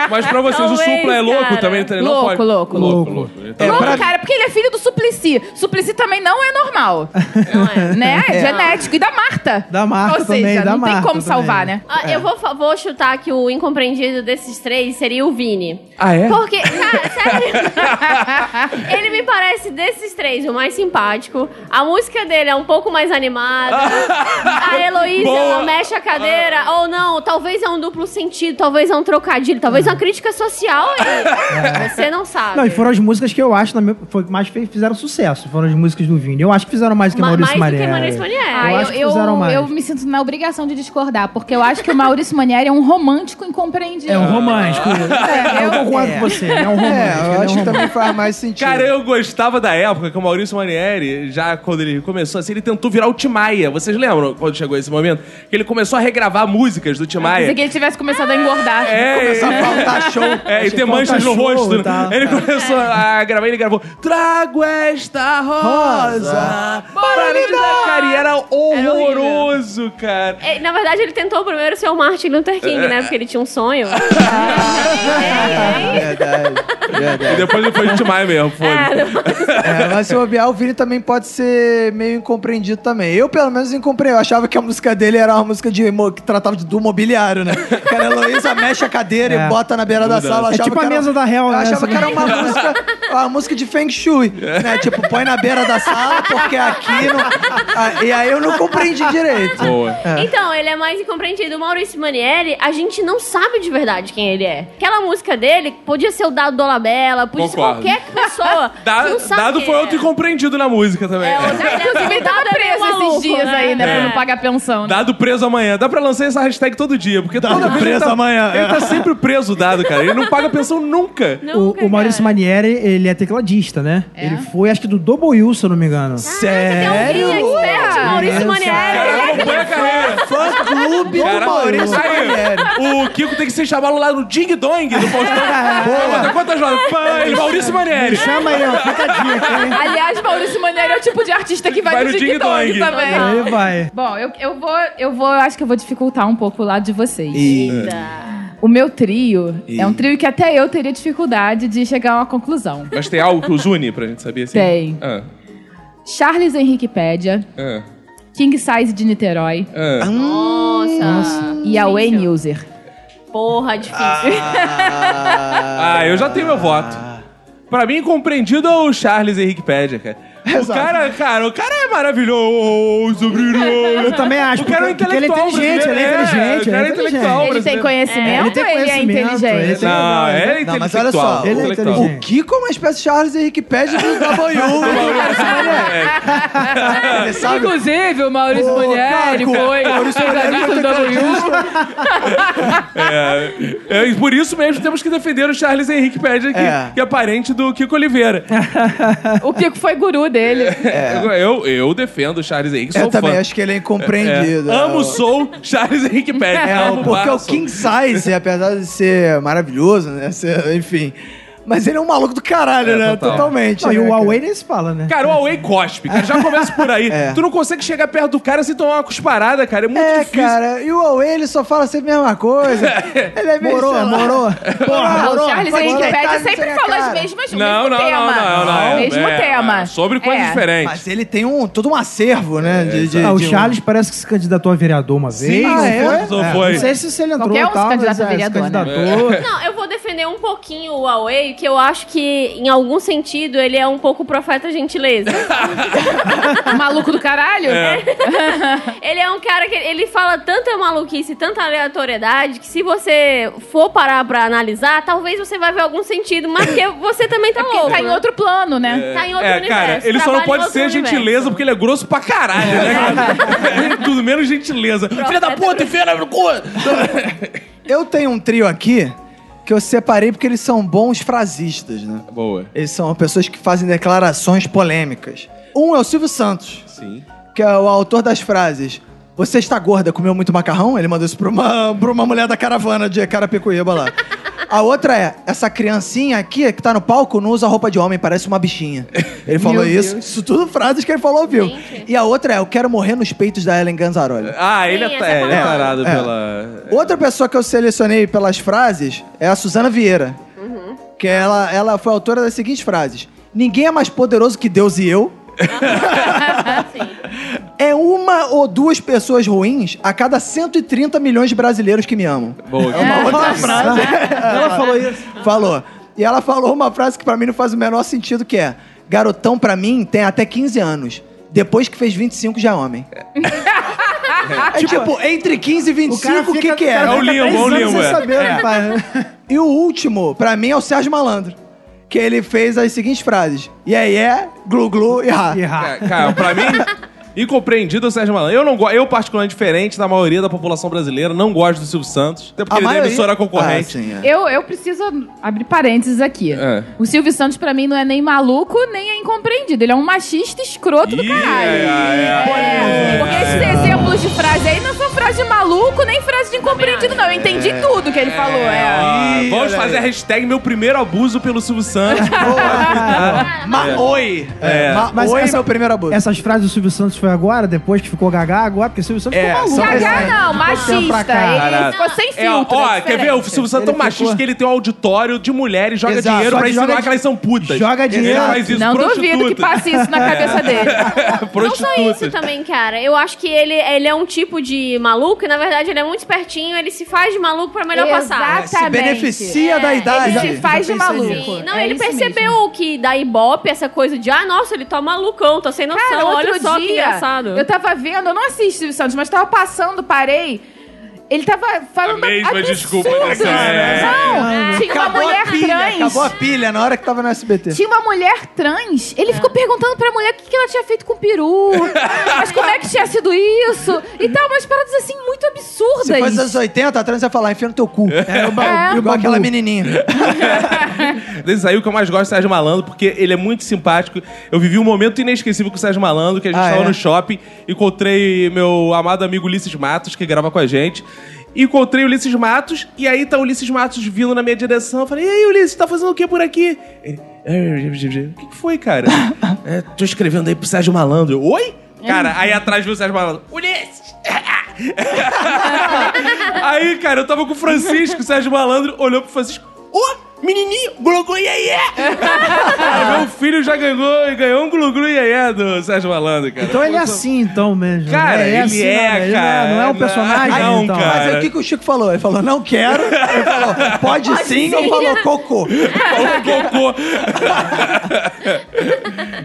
Mas pra vocês, o
Talvez,
Supla é louco
cara.
também? Não
Louco,
pode-
louco.
louco. louco. Então,
Como, cara? Porque ele é filho do Suplicy. Suplicy também não é normal.
Não é.
Né? Genético. E da Marta.
Da Marta
Ou seja,
também, da
não tem
Marta
como salvar,
também.
né?
Ah, Eu vou, fa- vou chutar que o incompreendido desses três seria o Vini.
Ah, é?
Porque, cara,
né?
sério. ele me parece desses três o mais simpático. A música dele é um pouco mais animada. a Heloísa,
Boa. Ah.
ela mexe a cadeira. Ou não, talvez é um duplo sentido, talvez é um trocadilho, talvez é uma crítica social.
É.
aí. Você não sabe.
Não, e foram as músicas que eu acho na minha, foi, mais fe- fizeram sucesso. Foram as músicas do Vini. Eu acho que fizeram mais que o
Ma-
Maurício
mais do que
Mariano.
Maurício Manieri.
Ah,
Eu
eu,
acho que
eu,
fizeram mais.
eu me sinto na obrigação de discordar, porque eu acho que o Maurício Manieri é um romântico incompreendido.
É um romântico.
É,
eu
eu-
concordo com você. ele É um romântico.
É,
ele
eu acho
é um
que
romântico.
também faz mais sentido.
Cara, eu gostava da época que o Maurício Manieri, já quando ele começou assim, ele tentou virar o Tim Maia. Vocês lembram quando chegou esse momento? Que ele começou a regravar músicas do Tim Maia.
Pensei que ele tivesse começado a engordar.
É,
Essa falta tá? show.
É, e ter manchas no
show
rosto.
e
né?
tal.
Ele começou a gravar e ele gravou Trago esta rosa para lhe dar cara. E era horroroso, cara.
É, Na verdade, ele tentou primeiro ser o Martin Luther King, né? Porque ele tinha um sonho.
Verdade,
E
verdade.
depois ele foi demais mesmo, foi.
É, mas se bobear, o Vini também pode ser meio incompreendido também. Eu, pelo menos, incompreendi. Eu achava que a música dele era uma música de, mo- que tratava de, do mobiliário, né? Que a Heloísa mexe a cadeira
É.
e bota na beira da sala. Eu
É
achava
tipo
que
a
era-
mesa da Hell,
Eu
né,
achava
essa
que era uma
Assim.
música, uma música de Feng Shui, né? Tipo, põe na beira da sala, porque aqui não... Ah, E aí eu não compreendi direito.
Boa.
Então, ele é mais incompreendido. O Maurício Manieri, a gente não sabe de verdade quem ele é. Aquela música dele podia ser o Dado Dolabella, podia
Concordo.
ser qualquer pessoa.
Da-
Você não sabe
dado
quem
foi
é.
outro incompreendido na música também.
É, o Dado-
Inclusive, ele tava
Dado é meio
preso esses
maluco,
dias aí,
É.
né?
É.
Pra não pagar pensão. Né?
Dado preso amanhã. Dá pra lançar essa hashtag todo dia, porque dado toda vez ele
preso
tá,
amanhã, é.
Ele tá sempre preso, o dado, cara. Ele não paga pensão nunca.
Nunca,
O, o Maurício
cara.
Manieri, ele é tecladista, artista, né?
É?
Ele foi, acho que do W, se eu não me engano.
Tem um guia expert, Maurício Manieri.
é
Cara, não põe a carreira.
Fã clube do
Caralho,
Maurício
aí,
Manieri.
O Kiko tem que ser chamado lá no Ding Dong do Faustão. Quantas horas? Pai, Maurício Manieri.
Chama aí, ó. Fica a dica, hein?
Aliás, Maurício Manieri é o tipo de artista que vai,
Vai
no
no
Ding
Ding
Dong
Dong.
também.
Aí vai.
Bom, eu, eu vou, eu vou, eu acho que eu vou dificultar um pouco o lado de vocês.
Eita.
O meu trio é um trio que até eu teria dificuldade de chegar a uma conclusão.
Mas tem algo que os une pra gente saber assim?
Tem.
Ah,
Charles Henrique Pédia,
ah,
King Size de Niterói
ah.
Nossa.
e a Wayne User.
Porra, difícil.
Ah, eu já tenho meu voto. Pra mim, compreendido é o Charles Henrique Pédia, cara. O
Exato.
cara, cara, o cara é maravilhoso, brilhoso.
Eu também acho,
O cara é um
porque- porque ele é
intelectual
inteligente, ele é
brasileiro,
inteligente,
O cara é
ele é
intelectual
Ele tem
brasileiro.
conhecimento
ele tem
ou ele é
conhecimento, ele
inteligente?
tem-
Não,
Não,
ele é
Tá não, mas olha
intelectual.
só, ele
é
intelectual.
inteligente.
O Kiko é uma espécie de Charles Henrique Pérez do W. Ele sabe
Inclusive, o Maurício
Ô,
Manieri
Marco,
foi
Maurício Manieri
jornalista do W.
É, e por isso mesmo temos que defender o Charles Henrique Pédia, que
É.
é, que é parente do Kiko Oliveira.
O Kiko foi guru dele.
Eu, eu defendo o Charles Henrique, sou
É. Eu também
fã.
acho que ele é
É.
incompreendido.
Amo,
É.
sou Charles Henrique Pédia.
É,
Amo,
porque
barra,
o
sou.
King Size, né? apesar de ser maravilhoso, né? ser- enfim. Mas ele é um maluco do caralho,
É,
né?
total.
Totalmente.
Não, e
né,
o
cara?
Huawei nem se fala, né?
Cara, o Huawei cospe, cara. Já começa por aí.
É.
Tu não consegue chegar perto do cara sem tomar uma cusparada, cara. É muito
É,
difícil.
cara, e o Huawei, ele só fala sempre a mesma coisa. ele é meio,
Morou,
sei lá.
morou.
Porra,
Não, o
morou.
Charles
Vai
Henrique
deitar
Pédia
na
sempre
sua
falou
cara.
as mesmas, o
Não,
mesmo
não,
tema.
não, não, não. é-
Mesmo
é,
tema.
é sobre coisas
É.
diferentes.
Mas ele tem um todo um acervo, né?
É,
de- de-
Ah, o
de um-
Charles parece que se candidatou a vereador uma vez.
Sim,
não
ah, é?
foi?
Não foi.
Não sei se ele entrou
Qualquer um
e tal,
se candidata
mas,
a
é,
vereador,
se
né?
candidatou.
Não, eu vou defender um pouquinho o Huawei, que eu acho que, em algum sentido, ele é um pouco profeta gentileza.
O Tá maluco do caralho?
É.
ele é um cara que ele fala tanta maluquice, tanta aleatoriedade, que se você for parar pra analisar, talvez você vai ver algum sentido, mas porque você também tá louco.
Tá em outro plano, né?
Tá em outro
é,
universo.
cara, ele só
trabalha
não
em
pode
outro
ser
universo.
gentileza porque ele é grosso pra caralho, né, cara? Tudo menos gentileza. Filha da puta, enfia no cu!
Eu tenho um trio aqui que eu separei porque eles são bons frasistas, né?
Boa.
Eles são pessoas que fazem declarações polêmicas. Um é o Silvio Santos,
Sim.
que é o autor das frases. Você está gorda, comeu muito macarrão? Ele mandou isso pra uma, pra uma mulher da caravana de Carapicuíba lá. A outra é, essa criancinha aqui que tá no palco não usa roupa de homem, parece uma bichinha. Ele falou isso, isso tudo frases que ele falou ao vivo.
Gente.
E a outra é, eu quero morrer nos peitos da Ellen Ganzaroli.
Ah, ele
Sim,
é,
essa
é, ele é
palavra.
tarado
É.
pela.
Outra pessoa que eu selecionei pelas frases é a Suzana Vieira. Que ela, ela foi autora das seguintes frases: Ninguém é mais poderoso que Deus e eu. é uma ou duas pessoas ruins a cada 130 milhões de brasileiros que me amam.
Boa,
É uma outra
Nossa.
frase. né?
Ela falou isso.
Falou. E ela falou uma frase que pra mim não faz o menor sentido, que é: Garotão pra mim tem até 15 anos. Depois que fez 25 já é homem. É tipo, entre 15 e 25, o que, que é?
É o limbo, é o
Sem
limbo. é.
saber, rapaz.
E o último, pra mim, é o Sérgio Malandro. Que ele fez as seguintes frases. E aí é, glu glu e ra.
Errar.
Ca- Cara, pra mim, incompreendido é o Sérgio Malandro. Eu não gosto, eu particularmente diferente da maioria da população brasileira, não gosto do Silvio Santos, até porque ele é emissora concorrente.
Ah, sim, é.
Eu, eu preciso abrir parênteses aqui.
É.
O Silvio Santos, pra mim, não é nem maluco, nem é incompreendido. Ele é um machista escroto do
Ih,
caralho.
é, é, é.
Porque esses exemplos de frase aí não são frase de maluco, nem frase de incompreendido, não. Eu entendi tudo que ele falou. É.
Ah,
Ih,
vamos
olha
fazer
aí.
a hashtag meu primeiro abuso pelo Silvio Santos.
É um Ma oi!
É.
Ma
Mas
oi
essa-
é o primeiro abuso.
Essas frases do Silvio Santos foi agora, depois que ficou gagá, agora, porque o Silvio Santos
É,
ficou maluco.
só-
Cagar
Mas-
não,
pra
machista.
cá.
Ele ficou sem
É, ó,
filtro.
ó,
né?
é
quer ver? O
diferente.
Silvio Santos é tão machista que ele tem um auditório de mulheres, joga
Exato,
dinheiro
só
pra
que joga
ensinar
di-
que elas são putas.
joga dinheiro.
Ele faz isso,
Não duvido que
prostituta.
passe isso
É.
na cabeça dele.
Não só isso tá?
Prostitutas.
também, cara. Eu acho que ele, ele é um tipo de maluco, e na verdade ele é muito espertinho, ele se faz de maluco pra melhor passar.
Exatamente. É.
Se beneficia da idade.
Ele se faz de
Já pensei
maluco.
nisso.
Sim. Não,
É
ele
isso
percebeu que da Ibope, essa coisa de, ah, nossa, ele tá malucão, tá sem noção,
Cara, outro
olha só que
dia,
engraçado.
eu tava vendo, eu não assisto Silvio Santos, mas tava passando, parei. Ele tava falando.
A mesma
absurdos.
desculpa dessa época.
Não, tinha uma
Acabou
mulher
a pilha,
trans.
acabou a pilha na hora que tava no SBT.
Tinha uma mulher trans, ele ficou perguntando pra mulher o que, que ela tinha feito com o peru, mas como é que tinha sido isso, e tal, umas paradas assim muito absurdas.
Se fosse anos 80, a trans ia falar, enfia no teu cu. É, o
É.
Igual aquela menininha.
Desse aí, o que eu mais gosto é o Sérgio Malandro, porque ele é muito simpático. Eu vivi um momento inesquecível com o Sérgio Malandro, que a gente
Ah,
estava
é?
no shopping. Encontrei meu amado amigo Ulisses Matos, que grava com a gente. Encontrei o Ulisses Matos, e aí tá o Ulisses Matos vindo na minha direção. Eu falei, e aí, Ulisses, tá fazendo o que por aqui? Ele, "Ah, o que que foi, cara? "É, tô escrevendo aí pro Sérgio Malandro. Eu, Oi?
É.
Cara, aí atrás viu o Sérgio Malandro. Ulisses! Aí, cara, eu tava com o Francisco, o Sérgio Malandro olhou pro Francisco. Ô, menininho, gluglu iê Ah, Meu filho já ganhou, ganhou um gluglu iê do Sérgio Malandro, cara.
Então ele é assim, então, mesmo.
Cara,
é,
ele
assim,
é,
não, ele
cara.
Não é um
Não,
personagem,
não,
então.
cara.
Mas aí o que, que o Chico falou? Ele falou, não quero. Ele falou, pode, sim, ou falou cocô.
Falou cocô.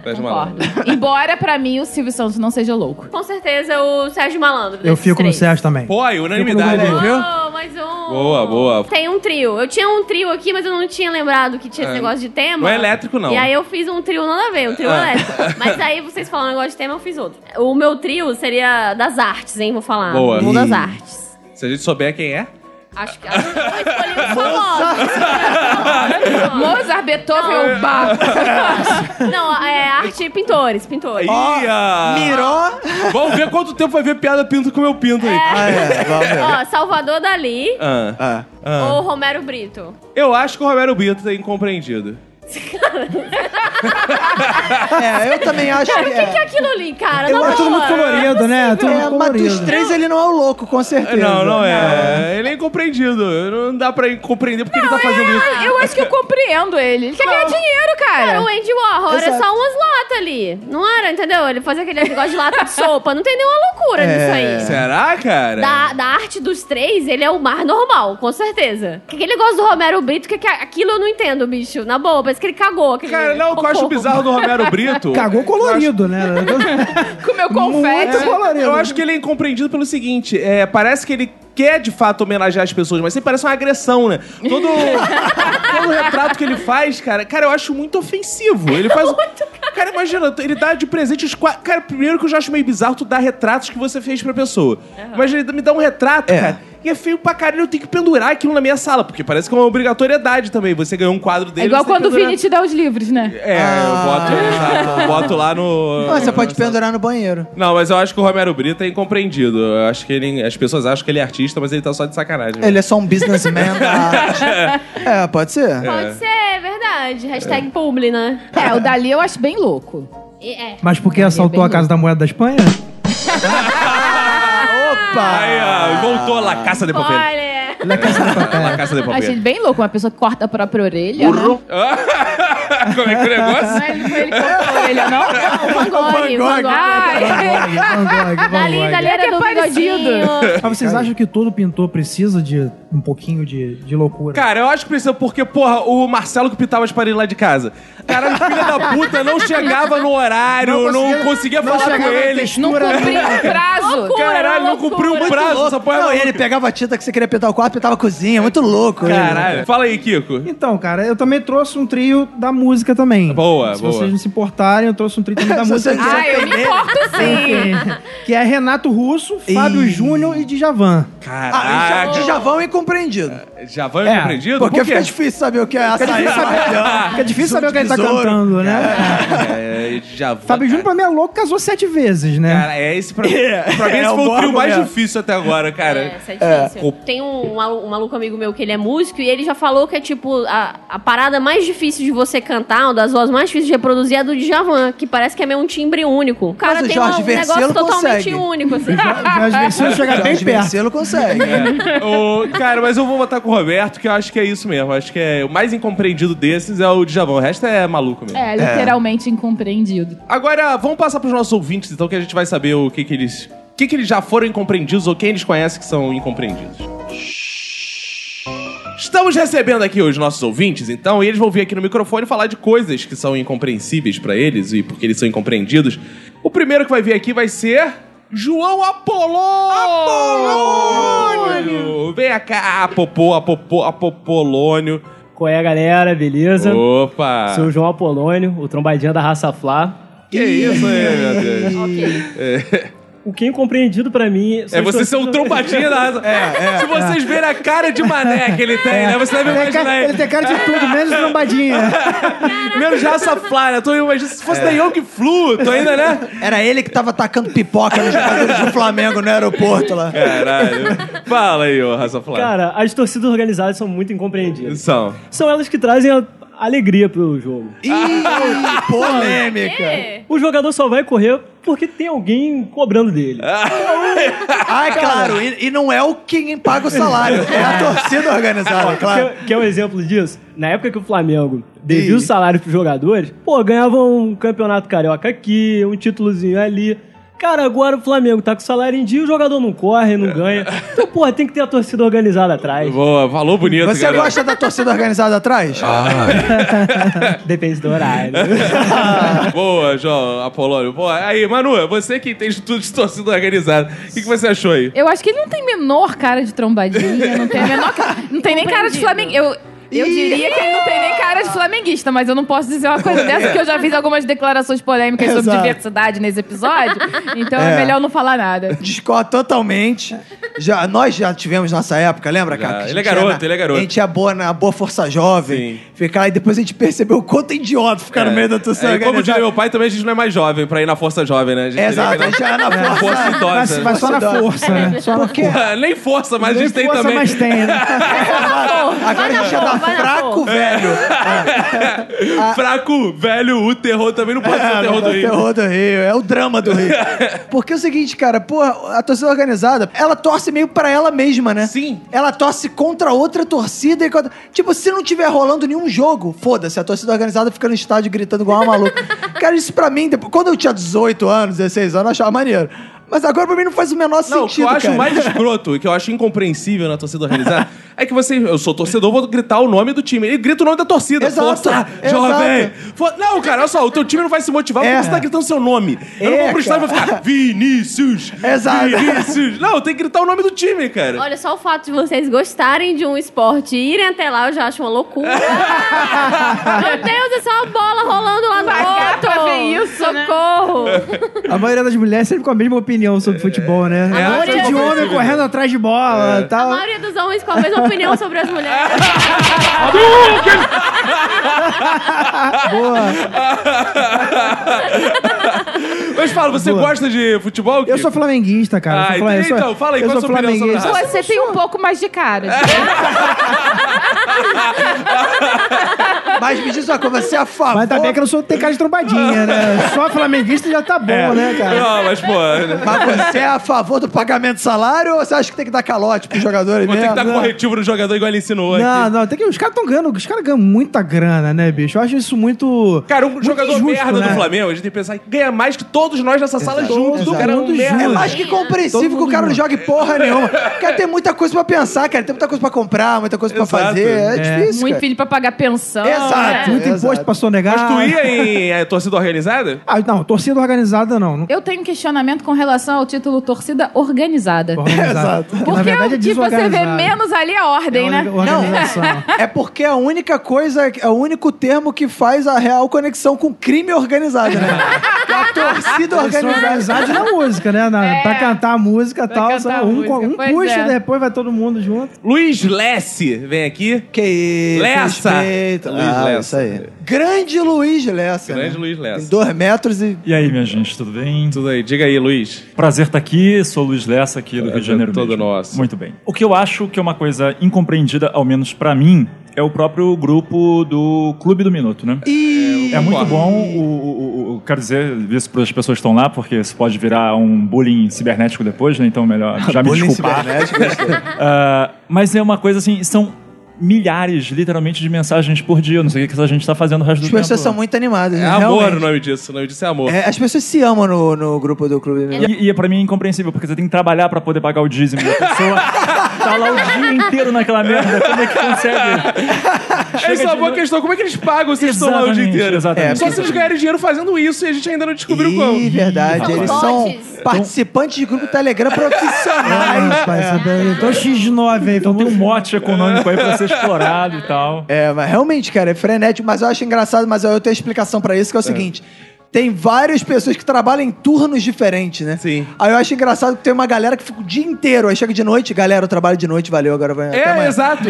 Sérgio Malandro.
Concordo. Embora pra mim o Silvio Santos não seja louco.
Com certeza o Sérgio Malandro.
Eu
desses
fico no
três.
Sérgio também.
Pô, aí, unanimidade.
Fico no Gugu.
Oh, mais um.
Boa, boa.
Tem um trio. Eu tinha um trio aqui, mas eu não tinha lembrado que tinha
É.
esse negócio de tema.
Não é elétrico, não.
E aí eu fiz um trio nada a ver, um trio
Ah.
elétrico. Mas aí vocês falaram um negócio de tema, eu fiz outro. O meu trio seria das artes, hein? Vou falar.
Boa.
Um das
Ih.
artes.
Se a gente souber quem é.
Acho que, acho que eu escolhi os famosos.
Mozart, Beethoven, é.
Não, é arte pintores, pintores.
Ia!
Miró.
Vamos ver quanto tempo vai ver piada pinto com meu pinto aí.
Ah, é, vamos ver.
Ó, Salvador Dali
Ah,
Ah.
ah.
ou Romero Brito.
Eu acho que o Romero Brito é incompreendido.
É, eu também acho
Cara, o
que
que, que é
é.
aquilo ali, cara?
Eu
Na boa.
acho todo mundo
Colorido, né? Tudo
É, mas dos
colorido.
três ele não é o louco, com certeza.
Não, não é. Ele é incompreendido. Não dá pra compreender porque ele tá fazendo isso.
Eu acho que eu compreendo ele. Ele quer ganhar dinheiro, cara.
Cara, o Andy Warhol era
É. Exato.
só umas latas ali. Não era, entendeu? Ele fazia aquele negócio de lata de sopa. Não tem nenhuma loucura
É,
nisso aí.
Será, cara?
Da, da arte dos três, ele é o mais normal, com certeza. Aquele negócio do Romero Brito, que, que aquilo eu não entendo, bicho. Na boa, parece que ele cagou. Aquele
Cara, não, o que eu acho
cocô.
bizarro do Romero Brito.
Cagou colorido, né?
Com meu confete.
Muito colorido.
né?
Eu acho que ele é incompreendido pelo seguinte: é, parece que ele quer de fato homenagear as pessoas, mas sempre parece uma agressão, né? Todo, todo retrato que ele faz, cara, cara, eu acho muito ofensivo. Ele faz. Cara, imagina, ele dá de presente os quatro. Cara, primeiro que eu já acho meio bizarro tu dar retratos que você fez pra pessoa. Mas ele me dá um retrato,
É.
cara. E é feio pra caralho, eu tenho que pendurar aquilo na minha sala, porque parece que é uma obrigatoriedade também. Você ganhou um quadro dele.
É igual
você tem que
quando o
pendurar.
Vini te dá os livros, né?
É, eu, boto, eu boto lá no.
Ah, você pode pendurar no banheiro.
Não, mas eu acho que o Romero Brito é incompreendido. Eu acho que ele, as pessoas acham que ele é artista, mas ele tá só de sacanagem.
Ele é só um businessman da arte. É, pode ser.
Pode ser, é verdade. Hashtag publi, né?
É, o Dali eu acho bem louco.
E- É.
Mas porque assaltou a Casa da Moeda da Espanha?
Aí, ó,
Opa!
voltou a La Caça de Papel.
Olha.
é La Caça de
Achei ele
Papel.
bem louco, uma pessoa que corta a própria orelha. Burro.
Como é que é o negócio?
Não é ele, ele corta a orelha, não?
Van Gogh, Van Gogh.
Ah,
Van Gogh, Van
Dali,
Gogh.
Dali
É
era
que é
do
parecido.
bigodinho.
Mas vocês acham que todo pintor precisa de um pouquinho de, de loucura?
Cara, eu acho que precisa, porque, porra, o Marcelo que pitava as paredes lá de casa. Caralho, filha da puta, não chegava no horário, não conseguia,
não
falar com
chegava na
ele.
não cumpriu o prazo.
Caralho, não cumpriu o prazo, essa porra é
Não, e
louca.
ele pegava a tinta que você queria pintar o quarto, pintava a cozinha. Muito louco. ele.
Caralho. Fala aí, Kiko.
Então, cara, eu também trouxe um trio da música também.
Boa,
se
boa.
vocês não se importarem, eu trouxe um trio também da
Se você
música.
quiser
Ah, eu me
perder-
importo sim.
que é Renato Russo, Fábio
Ih.
Júnior e Djavan.
Ah,
Caralho.
já, já vão incompreendido.
Já vai
É,
incompreendido?
Porque
Por quê?
fica difícil saber o que é açaí.
Porque é difícil saber o que ele tá
Besouro.
cantando, né?
É, já vai.
Fábio Júnior, pra mim, é louco, casou sete vezes, né?
Cara, é esse pra, pra mim
É,
esse
é um
foi o
bom
trio mais
argumento.
difícil até agora, cara.
É, isso é difícil. Tem um, malu- um maluco amigo meu que ele é músico e ele já falou que é tipo a, a parada mais difícil de você cantar, uma das vozes mais difíceis de reproduzir é a do Djavan, que parece que é meio um timbre único. O cara
Mas o
tem
Jorge
uma- um negócio
Vercelo
totalmente
consegue.
único, assim.
Mas versão chega bem
Jorge
perto.
Marcelo consegue.
É. Ô, cara, mas eu vou votar com o Roberto, que eu acho que é isso mesmo. Acho que é o mais incompreendido desses é o Djavan. O resto é maluco mesmo.
É, literalmente incompreendido.
Agora, vamos passar pros nossos ouvintes, então, que a gente vai saber o que que eles... O que que eles já foram incompreendidos ou quem eles conhecem que são incompreendidos. Estamos recebendo aqui os nossos ouvintes, então, e eles vão vir aqui no microfone falar de coisas que são incompreensíveis pra eles e porque eles são incompreendidos. O primeiro que vai vir aqui vai ser... João Apolônio! Vem cá, Apopô, Apopô, Apopolônio.
Qual é, galera? Beleza?
Opa!
Sou o João Apolônio, o trombadinha da raça Flá.
Que isso aí, meu Deus?
Ok.
O que é incompreendido pra mim... são
É
os
você ser um
torcidos-
trombadinha da raça. É, Se vocês verem a cara de mané que ele tem, né? Você deve
Ele tem,
imaginar
cara, ele
ele.
tem cara de tudo, menos trombadinha.
Menos raça fly, né? Eu tô imaginando, se fosse da Young Fluto ainda, né?
Era ele que tava atacando pipoca nos jogadores do Flamengo no aeroporto lá.
É. Caralho. Fala aí, ô raça fly.
Cara, as torcidas organizadas são muito incompreendidas.
São.
São elas que trazem a alegria pro jogo.
Ih, polêmica.
É.
O jogador só vai correr porque tem alguém cobrando dele.
Ah, é claro, e, e não é o quem paga o salário, é a torcida organizada, claro.
Quer, quer um exemplo disso? Na época que o Flamengo devia o salário pros jogadores, pô, ganhava um campeonato carioca aqui, um títulozinho ali. Cara, agora o Flamengo tá com o salário em dia, o jogador não corre, não ganha. Então, porra, tem que ter a torcida organizada atrás.
Boa, falou bonito,
Você
garoto.
gosta da torcida organizada atrás?
Ah.
tá? Depende do horário.
Boa, João Apolônio. Boa. Aí, Manu, é você que entende tudo de torcida organizada, o que, que você achou aí?
Eu acho que ele não tem menor cara de trombadinha, não tem a menor ca- Não tem nem cara de flamenguista. Eu, eu diria que ele não tem nem cara de flamenguista, mas eu não posso dizer uma coisa dessa, porque eu já fiz algumas declarações polêmicas sobre
Exato.
diversidade nesse episódio, então é,
É.
melhor não falar nada.
Discordo totalmente. Já, nós já tivemos nossa época, lembra,
Já.
cara? Que a
Ele é
gente ia
garoto,
na-
ele é garoto.
A gente é boa na boa força jovem.
Sim.
Ficar, e depois a gente percebeu o quanto é idiota ficar no meio da torcida
É, e como diria
organizada.
meu pai, também a gente não é mais jovem pra ir na força jovem, né? A gente
É, Exato, a
teria
gente
que ir
era na
na
força.
força
Mas,
idosa.
mas só na força, né? Só na força.
Ah, Nem força, mas a gente tem
força,
também.
mas tem, né?
é Agora a gente ia dar
vai na
fraco,
força.
velho.
Fraco, velho, o terror também não pode ser o terror do
Ah. É,
Rio.
terror do Rio, é o drama do Rio. Porque é o seguinte, cara, porra, a torcida é organizada, ela torce meio pra ela mesma, né?
Sim.
Ela torce contra outra torcida e contra... Tipo, se não tiver rolando nenhum jogo, foda-se, a torcida organizada fica no estádio gritando igual uma maluca. cara, isso pra mim, depois, quando eu tinha 18 anos, 16 anos, eu achava maneiro. Mas agora pra mim não faz o menor
Não, o que
sentido,
eu acho
cara.
mais escroto e que eu acho incompreensível na torcida organizada é que você, eu sou torcedor, vou gritar o nome do time. Ele grita o nome da torcida.
Exato,
Força,
exato.
jovem. For- Não, cara, olha só, o teu time não vai se motivar
É.
porque você tá gritando seu nome. Eu não
É,
vou pro estádio e vou ficar Vinícius.
Exato.
Vinícius. Não, tem que gritar o nome do time, cara.
Olha, só o fato de vocês gostarem de um esporte e irem até lá, eu já acho uma loucura. Meu Deus, é só uma bola rolando lá no
Pagar
outro.
pra ver isso, né?
Socorro.
A maioria das mulheres sempre com a mesma opinião sobre futebol, né?
É,
A
Um monte
maioria
de
das
homem
mulheres.
correndo atrás de
É.
bola e
A
tal.
maioria dos homens com a mesma opinião sobre as mulheres.
Mas fala, você gosta de futebol?
Eu
Kiko?
sou flamenguista, cara.
Ah,
Eu sou flamenguista.
então,
Eu
fala aí,
eu
qual a
sou
sua opinião sobre
flamenguista.
a
Você tem um pouco mais de cara. de-
Mas me diz uma coisa, você é a favor...
Mas ainda bem que eu não sou tem cara de trombadinha, né? Só flamenguista já tá bom, né, cara?
É. Não, mas, pô,
Mas você é a favor do pagamento de salário ou você acha que tem que dar calote pro jogador aí
vou ter
mesmo?
que dar corretivo no jogador igual ele ensinou
Não,
aqui.
não, tem que. Os caras estão ganhando. Os caras ganham muita grana, né, bicho? Eu acho isso muito.
Cara, um
muito
jogador
injusto,
merda
né?
do Flamengo, a gente tem que pensar que ganha mais que todos nós nessa sala
Exato.
juntos.
Todo
o cara é um
mundo
merda.
É
junto.
mais que compreensível
Todo
que o cara não
mundo.
jogue porra nenhuma. Cara, tem muita coisa pra pensar, cara. Tem muita coisa pra comprar, muita coisa pra
Exato.
fazer. É,
É.
difícil.
Muito
cara.
filho pra pagar pensão.
Exato.
né?
Muito imposto
Exato.
pra sonegar.
é, Mas tu ia em eh, torcida organizada?
Ah, não, torcida organizada não. não
Eu tenho um questionamento com relação ao título torcida organizada.
organizada.
Exato.
Que,
Porque é o que você vê
desorganizada.
menos ali é
É
ordem, né?
orga- organização.
É porque é a única coisa, é o único termo que faz a real conexão com crime organizado, né? Que A torcida
São
organizada.
organizados na música, né? Na,
É.
Pra cantar a música e
Pra
tal.
cantar
só
a
um
música,
co- um
pois
puxa,
é.
depois vai todo mundo junto.
Luiz Lesse vem aqui.
Que isso,
Lessa.
respeito.
Luiz
Ah,
Lessa.
isso aí. Grande Luiz Lessa.
Grande
né?
Luiz Lessa.
Em dois metros e.
E aí, minha gente, tudo bem?
Tudo aí, diga aí, Luiz.
Prazer estar aqui, sou Luiz Lessa aqui do Rio de Janeiro.
todo
mesmo.
nosso.
Muito bem. O que eu acho que é uma coisa incompreendida, ao menos pra mim, é o próprio grupo do Clube do Minuto, né?
Ih,
É muito
Concordo.
bom, o, o- o- o- quero dizer isso para as pessoas que estão lá, porque isso pode virar um bullying cibernético depois, né? Então melhor já me
Bullying
desculpar.
cibernético, gostei.
Ah, mas é uma coisa assim, são milhares, literalmente, de mensagens por dia. Eu não sei o que essa gente tá fazendo o resto
As
do tempo.
pessoas são muito animadas,
É
né?
amor
Realmente.
o nome disso. O nome disso é amor.
É, as pessoas se amam no, no grupo do Clube do Minuto.
E, e é pra mim incompreensível, porque você tem que trabalhar pra poder pagar o dízimo da pessoa. tá lá o dia inteiro naquela merda. Como é que consegue?
Essa é uma boa questão. Como é que eles pagam se eles estão lá o dia
Exatamente,
inteiro? É,
exatamente.
Só se eles ganharem dinheiro fazendo isso e a gente ainda não descobriu
Ih,
como.
verdade. Eles são
Bots.
participantes de grupo Telegram
É.
profissionais.
Rapaz, essa daí- Então X9 aí,
Então
então
tem um mote econômico aí pra ser explorado e tal.
É, mas realmente, cara, é frenético, mas eu acho engraçado, mas eu tenho explicação pra isso, que é o seguinte. Tem várias pessoas que trabalham em turnos diferentes, né?
Sim.
Aí eu acho engraçado que tem uma galera que fica o dia inteiro, aí chega de noite, galera, eu trabalho de noite, valeu, agora vai até
É,
amanhã.
exato.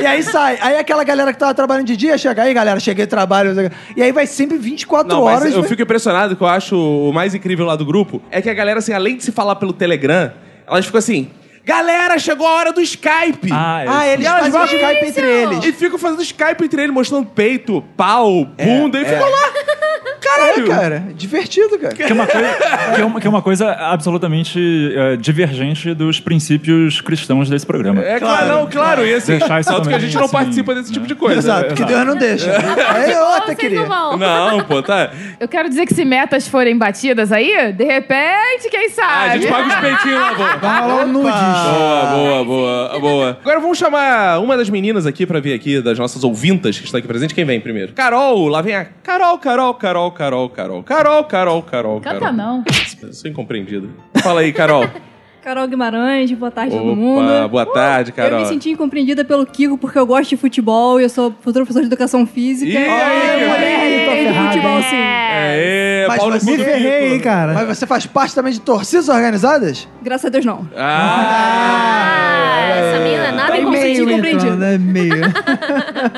e aí sai. Aí aquela galera que tava trabalhando de dia chega, aí galera, cheguei, trabalho. não sei o quê. E aí vai sempre 24
Não,
horas. né?
mas eu
vai-
fico impressionado que eu acho o mais incrível lá do grupo é que a galera, assim, além de se falar pelo Telegram, elas ficam assim: galera, chegou a hora do Skype!
Ah, é.
Ah, eles
E elas
fazem
vão-
Skype entre eles.
E ficam fazendo Skype entre eles, mostrando peito, pau, bunda, e ficam lá.
É,
Caralho!
cara, divertido, cara.
Que é, uma coisa, que, é uma, que é uma coisa absolutamente eh, divergente dos princípios cristãos desse programa.
É claro, não, claro, e assim,
Deixar isso
tanto que a
também,
gente não
assim,
participa desse tipo de coisa.
Exato,
né?
porque Deus não deixa. É
Vocês
outra,
não
querido.
vão.
Não, pô, tá.
Eu quero dizer que se metas forem batidas aí, de repente, quem
Ah,
sabe?
a gente
é?
paga os peitinhos lá, boa.
Fala nudes.
Ah, Boa, boa, boa, ah, boa. Agora vamos chamar uma das meninas aqui pra vir aqui, das nossas ouvintas que estão aqui presentes. Quem vem primeiro? Carol, lá vem a Carol, Carol, Carol, Carol, Carol, Carol, Carol, Carol.
Canta
Carol.
não.
Eu sou incompreendido. Fala aí, Carol.
Carol Guimarães, boa tarde a todo
Opa,
mundo. Uh,
boa tarde, Carol.
Eu me senti incompreendida pelo Kiko porque eu gosto de futebol e eu sou futura professora de educação física.
Ih, aí,
Eu entendo
É.
de futebol, sim.
É,
Mas
Paulo
você-
Me
Kiko.
ferrei, hein, cara.
Mas você faz parte também de torcidas organizadas?
Graças a Deus, não.
Ah,
Ah, essa mina é nada
Tá
incompreendível.
meio
Então, né? Meio.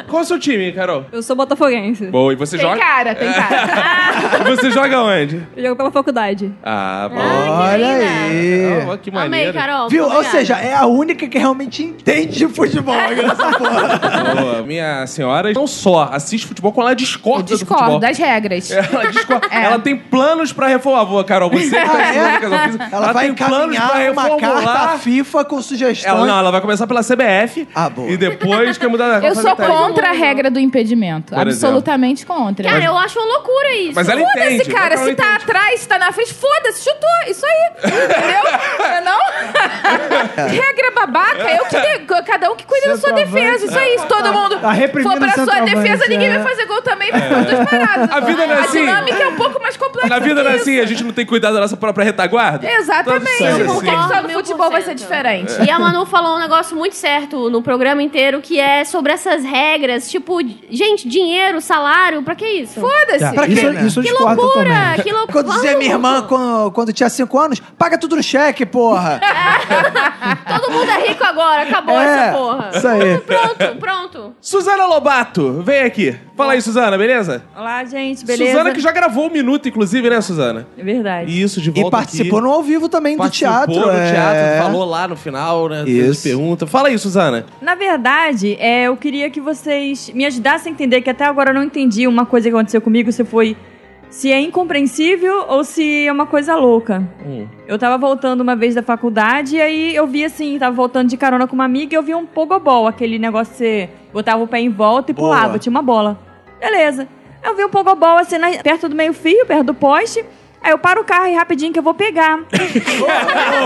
qual é o seu time, Carol?
Ah. Eu sou botafoguense.
Boa, e você
Tem
joga?
cara, tem cara.
Você joga onde?
Eu jogo pela faculdade.
Ah, bom.
Olha
linda.
aí.
Ah, que
Amei,
maneiro.
Carol.
Viu? Ou
obrigada.
seja, é a única que realmente entende de futebol nessa porra.
Ah.
Boa. Minha senhora não só assiste futebol, como ela discorda do
Discordo
futebol.
das regras.
Ela, discor- ela tem planos pra reformular, Carol. Você que tá
Ah, é?
fazendo educação física,
Ela vai
tem planos pra
encaminhar uma carta à
reformular.
FIFA com sugestões.
Ela, não, ela vai começar pela CBF
Ah, boa.
e depois quer mudar
Eu
fazer
sou
teste.
contra a regra do impedimento.
Por exemplo.
absolutamente contra.
Cara, eu acho uma loucura isso.
Mas ela entende.
Foda-se,
mas
cara.
ela
Se tá
entende.
atrás, se tá na frente, foda-se, chutou. Isso aí. Entendeu? Não é não? Regra babaca, eu que de- cada um que cuida da sua
Centroavante.
defesa. Isso aí, se todo mundo
Tá reprimindo
for pra
o
sua
centroavante,
defesa, ninguém
é.
vai fazer gol também, porque os dois parados.
A vida não é
A
assim.
dinâmica é um pouco mais complexa.
Na vida
que
não é
isso.
assim, a gente não tem cuidado da nossa própria retaguarda?
Exatamente.
Tanto
O
faz assim.
contexto só no
Mil por
futebol vai ser
cento.
diferente.
E a Manu falou um negócio muito certo no programa inteiro, que é sobre essas regras, tipo, gente, dinheiro, salário, pra que isso?
Tá,
Foda-se.
Isso, isso eu
Que
discordo
loucura,
totalmente.
que loucura.
Quando dizia minha irmã quando, quando tinha 5 anos, paga tudo no cheque, porra.
Todo mundo é rico agora, acabou essa porra.
Isso aí.
Pronto, pronto.
Suzana Lobato, vem aqui. Fala aí, Suzana, beleza?
Olá, gente, beleza?
Suzana que já gravou um minuto, inclusive, né, Suzana?
É verdade.
E isso de volta
E participou
aqui.
no ao vivo também do
Participou
teatro.
no
é.
teatro, falou lá no final, né?
Isso.
Fez pergunta. Fala aí, Suzana.
Na verdade, é, eu queria que vocês me ajudassem a entender, que até agora eu não entendi uma coisa que aconteceu comigo, se foi... Se é incompreensível ou se é uma coisa louca.
Hum.
Eu tava voltando uma vez da faculdade e aí eu vi assim, tava voltando de carona com uma amiga e eu vi um pogobol, aquele negócio que você botava o pé em volta e
Boa.
pulava, tinha uma bola. Beleza. Aí Eu vi um pogobol assim na- perto do meio-fio, perto do poste. Aí eu paro o carro e rapidinho que eu vou pegar.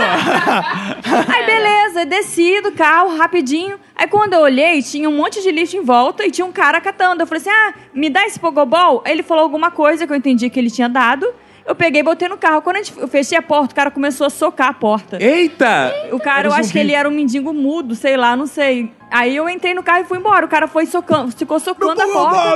aí beleza, desci do carro rapidinho. Aí quando eu olhei, tinha um monte de lixo em volta e tinha um cara catando. Eu falei assim: "Ah, me dá esse pogobol". Aí Ele falou alguma coisa que eu entendi que ele tinha dado. Eu peguei, e botei no carro. Quando a gente, eu fechei a porta, o cara começou a socar a porta.
Eita!
O cara, eu acho que ele era um mendigo mudo, sei lá, não sei. Aí eu entrei no carro e fui embora. O cara foi socando, ficou socando a porta.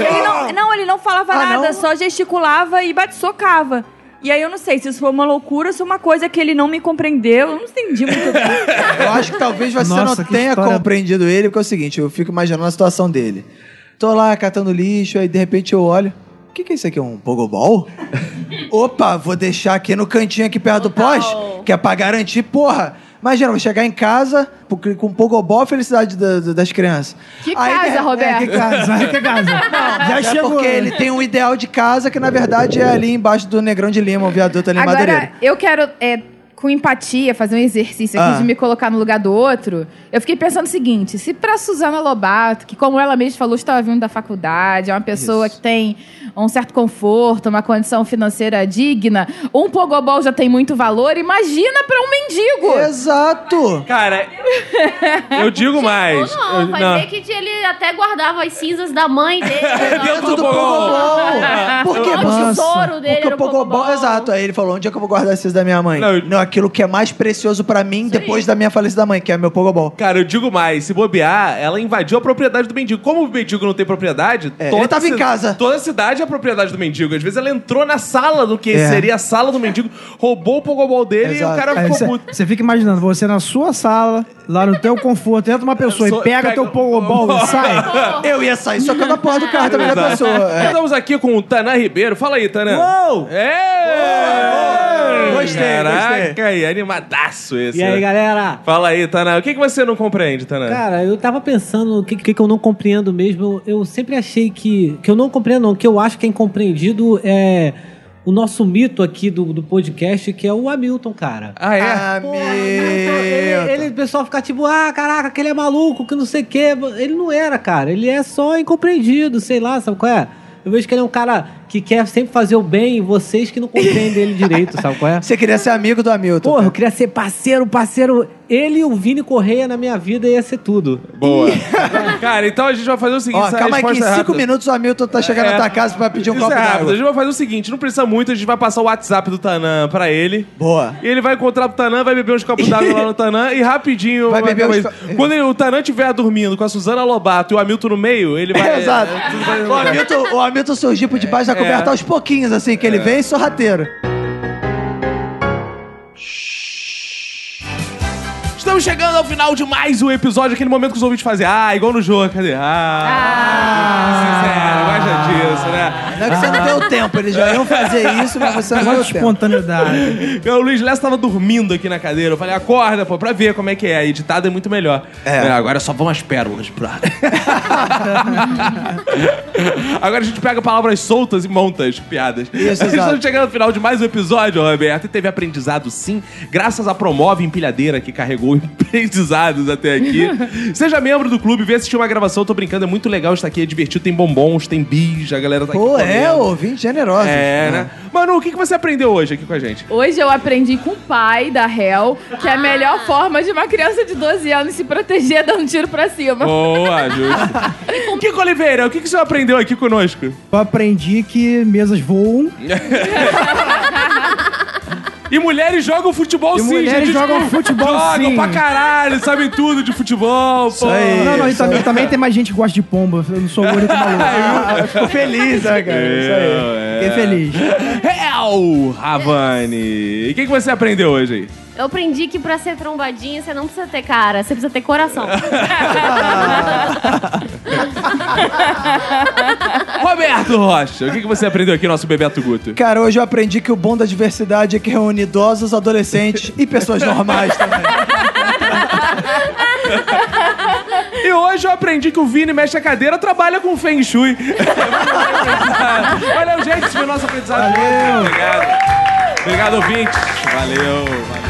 Ele não, não, ele não falava
Ah,
nada,
não?
só gesticulava e bate, socava. E aí eu não sei se isso foi uma loucura ou se uma coisa que ele não me compreendeu. Eu não entendi muito bem.
Eu acho que talvez você
Nossa,
não
que
tenha
história-
compreendido ele, porque é o seguinte, eu fico imaginando a situação dele. Tô lá catando lixo, aí de repente eu olho. O que, que é isso aqui? Um pogobol? Opa, vou deixar aqui no cantinho aqui perto do poste, que é pra garantir, porra. Imagina, eu vou chegar em casa porque com um pogobol, a felicidade da- da- das crianças.
Que casa,
é,
Roberto?
É, que casa.
Vai que casa. Já
É
chegou.
porque ele tem um ideal de casa que, na verdade, é ali embaixo do Negrão de Lima, o viaduto ali em
Agora,
Madureira.
eu quero é, com empatia, fazer um exercício aqui
Ah.
de me colocar no lugar do outro, eu fiquei pensando o seguinte: se pra Suzana Lobato, que como ela mesma falou, estava vindo da faculdade, é uma pessoa que tem um certo conforto, uma condição financeira digna, um pogobol já tem muito valor, imagina pra um mendigo!
Exato!
Cara, eu digo
é
mais.
Ou Tipo, não,
Eu-
vai ver que ele até guardava as cinzas da mãe dele.
É Dentro do
do
Pogobol.
Por que,
O tesouro dele
Porque
era
o
o
Pogobol...
Pogobol.
Exato. Aí ele falou, onde é que eu vou guardar esses da minha mãe?
Não,
Não,
eu-
aquilo que é mais precioso pra mim depois da minha falecida mãe, que é meu Pogobol.
Cara, eu digo mais, se bobear, ela invadiu a propriedade do mendigo. Como o mendigo não tem propriedade,
É, ele tava em
ci-
casa.
Toda a cidade é a propriedade do mendigo. Às vezes ela entrou na sala do que
É.
seria a sala do mendigo, roubou o pogobol dele e o
Exato. É,
cara
Aí
tá ficou
você-
puto.
Você fica imaginando, você na sua sala, lá no teu conforto, entra uma pessoa
Só-
e pega,
pega
teu
o
pogobol e sai.
Eu ia sair socando a porra do carro também da
Exato.
pessoa. É.
Estamos aqui com o Tanã Ribeiro. Fala aí, Tanã.
Uou!
É!
Uou! Gostei,
Caraca,
gostei.
aí, animadaço esse.
E aí, galera?
Fala aí, Tanã. O que, que você não compreende, Tanã?
Cara, eu tava pensando o que, que, que eu não compreendo mesmo. Eu, eu sempre achei que. Que eu não compreendo, não. O que eu acho que é incompreendido é o nosso mito aqui do, do podcast, que é o Hamilton, cara.
Ah, é?
Ah,
Porra, ele,
meu...
ele- o pessoal fica tipo, ah, caraca, aquele é maluco, que não sei o quê. Ele não era, cara. Ele é só incompreendido, sei lá, sabe qual é? Eu vejo que ele é um cara que quer sempre fazer o bem e vocês que não compreendem ele direito, sabe qual é?
Você queria ser amigo do Hamilton.
Porra, eu
cara.
queria ser parceiro, parceiro. Ele e o Vini Correia na minha vida ia ser tudo.
Boa. cara, então a gente vai fazer o seguinte.
Ó,
essa
calma aí que em
resposta é
cinco
rápida.
minutos o Hamilton tá chegando
É.
na tua casa pra pedir um
Isso
copo
é rápido. A
d'água.
gente vai fazer o seguinte: não precisa muito, a gente vai passar o WhatsApp do Tanã pra ele.
Boa.
E ele vai encontrar pro Tanã, vai beber uns copos d'água lá no Tanã e rapidinho.
Vai beber
acabar
uns
isso.
co-
Quando ele- o Tanã estiver dormindo com a Suzana Lobato e o Hamilton no meio, ele vai.
Exato.
tudo É. vai-
O Hamilton, o Hamilton surgiu por debaixo da coberta aos pouquinhos, assim, que ele
É.
vem sorrateiro.
Estamos chegando ao final de mais um episódio, aquele momento que os ouvintes fazem. Ah, igual no jogo, cadê? Ah. Sincero, gosta disso, né?
Não é que você não deu tempo, eles já iam fazer isso, mas você não deu
Negócio de
tempo.
espontaneidade.
Eu, o Luiz Lessa tava dormindo aqui na cadeira. Eu falei, acorda, pô, pra ver como é que é. Editado é muito melhor. É, agora só vão as pérolas pra. agora a gente pega palavras soltas e monta as piadas.
Isso,
Estamos
exato.
chegando ao final de mais um episódio, Roberto. E teve aprendizado sim, graças à Promove Empilhadeira que carregou aprendizados até aqui. Seja membro do clube, vem assistir uma gravação. Tô brincando, é muito legal estar aqui, é divertido. Tem bombons, tem bis, a galera tá
Pô,
aqui.
é,
comendo.
ouvinte generoso.
É, né? Manu, o que que você aprendeu hoje aqui com a gente?
Hoje eu aprendi com o pai da Hel que é a melhor forma de uma criança de 12 anos se proteger é dar um tiro pra cima.
Boa, justo. Kiko Oliveira, o que, que o senhor aprendeu aqui conosco?
Eu aprendi que mesas voam
E mulheres jogam futebol
E
sim,
mulheres
gente.
jogam futebol,
Jogam
sim.
pra caralho, sabem tudo de futebol, pô.
aí.
Não, não,
É
e
Isso.
também, também tem mais gente que gosta de pomba. Eu não sou o único maluco.
Ah, eu fico feliz, né, cara? Isso
É,
aí.
Fiquei feliz.
Real, Ravani. O que, que você aprendeu hoje aí?
Eu aprendi que pra ser trombadinha você não precisa ter cara, você precisa ter coração.
Roberto Rocha, o que, que você aprendeu aqui, nosso Bebeto Guto?
Cara, hoje eu aprendi que o bom da diversidade é que reúne idosos, adolescentes e pessoas normais também.
E hoje eu aprendi que o Vini mexe a cadeira, trabalha com Feng Shui. Valeu, gente, esse foi o nosso aprendizado. Valeu. Obrigado. Obrigado, ouvintes. Valeu, valeu.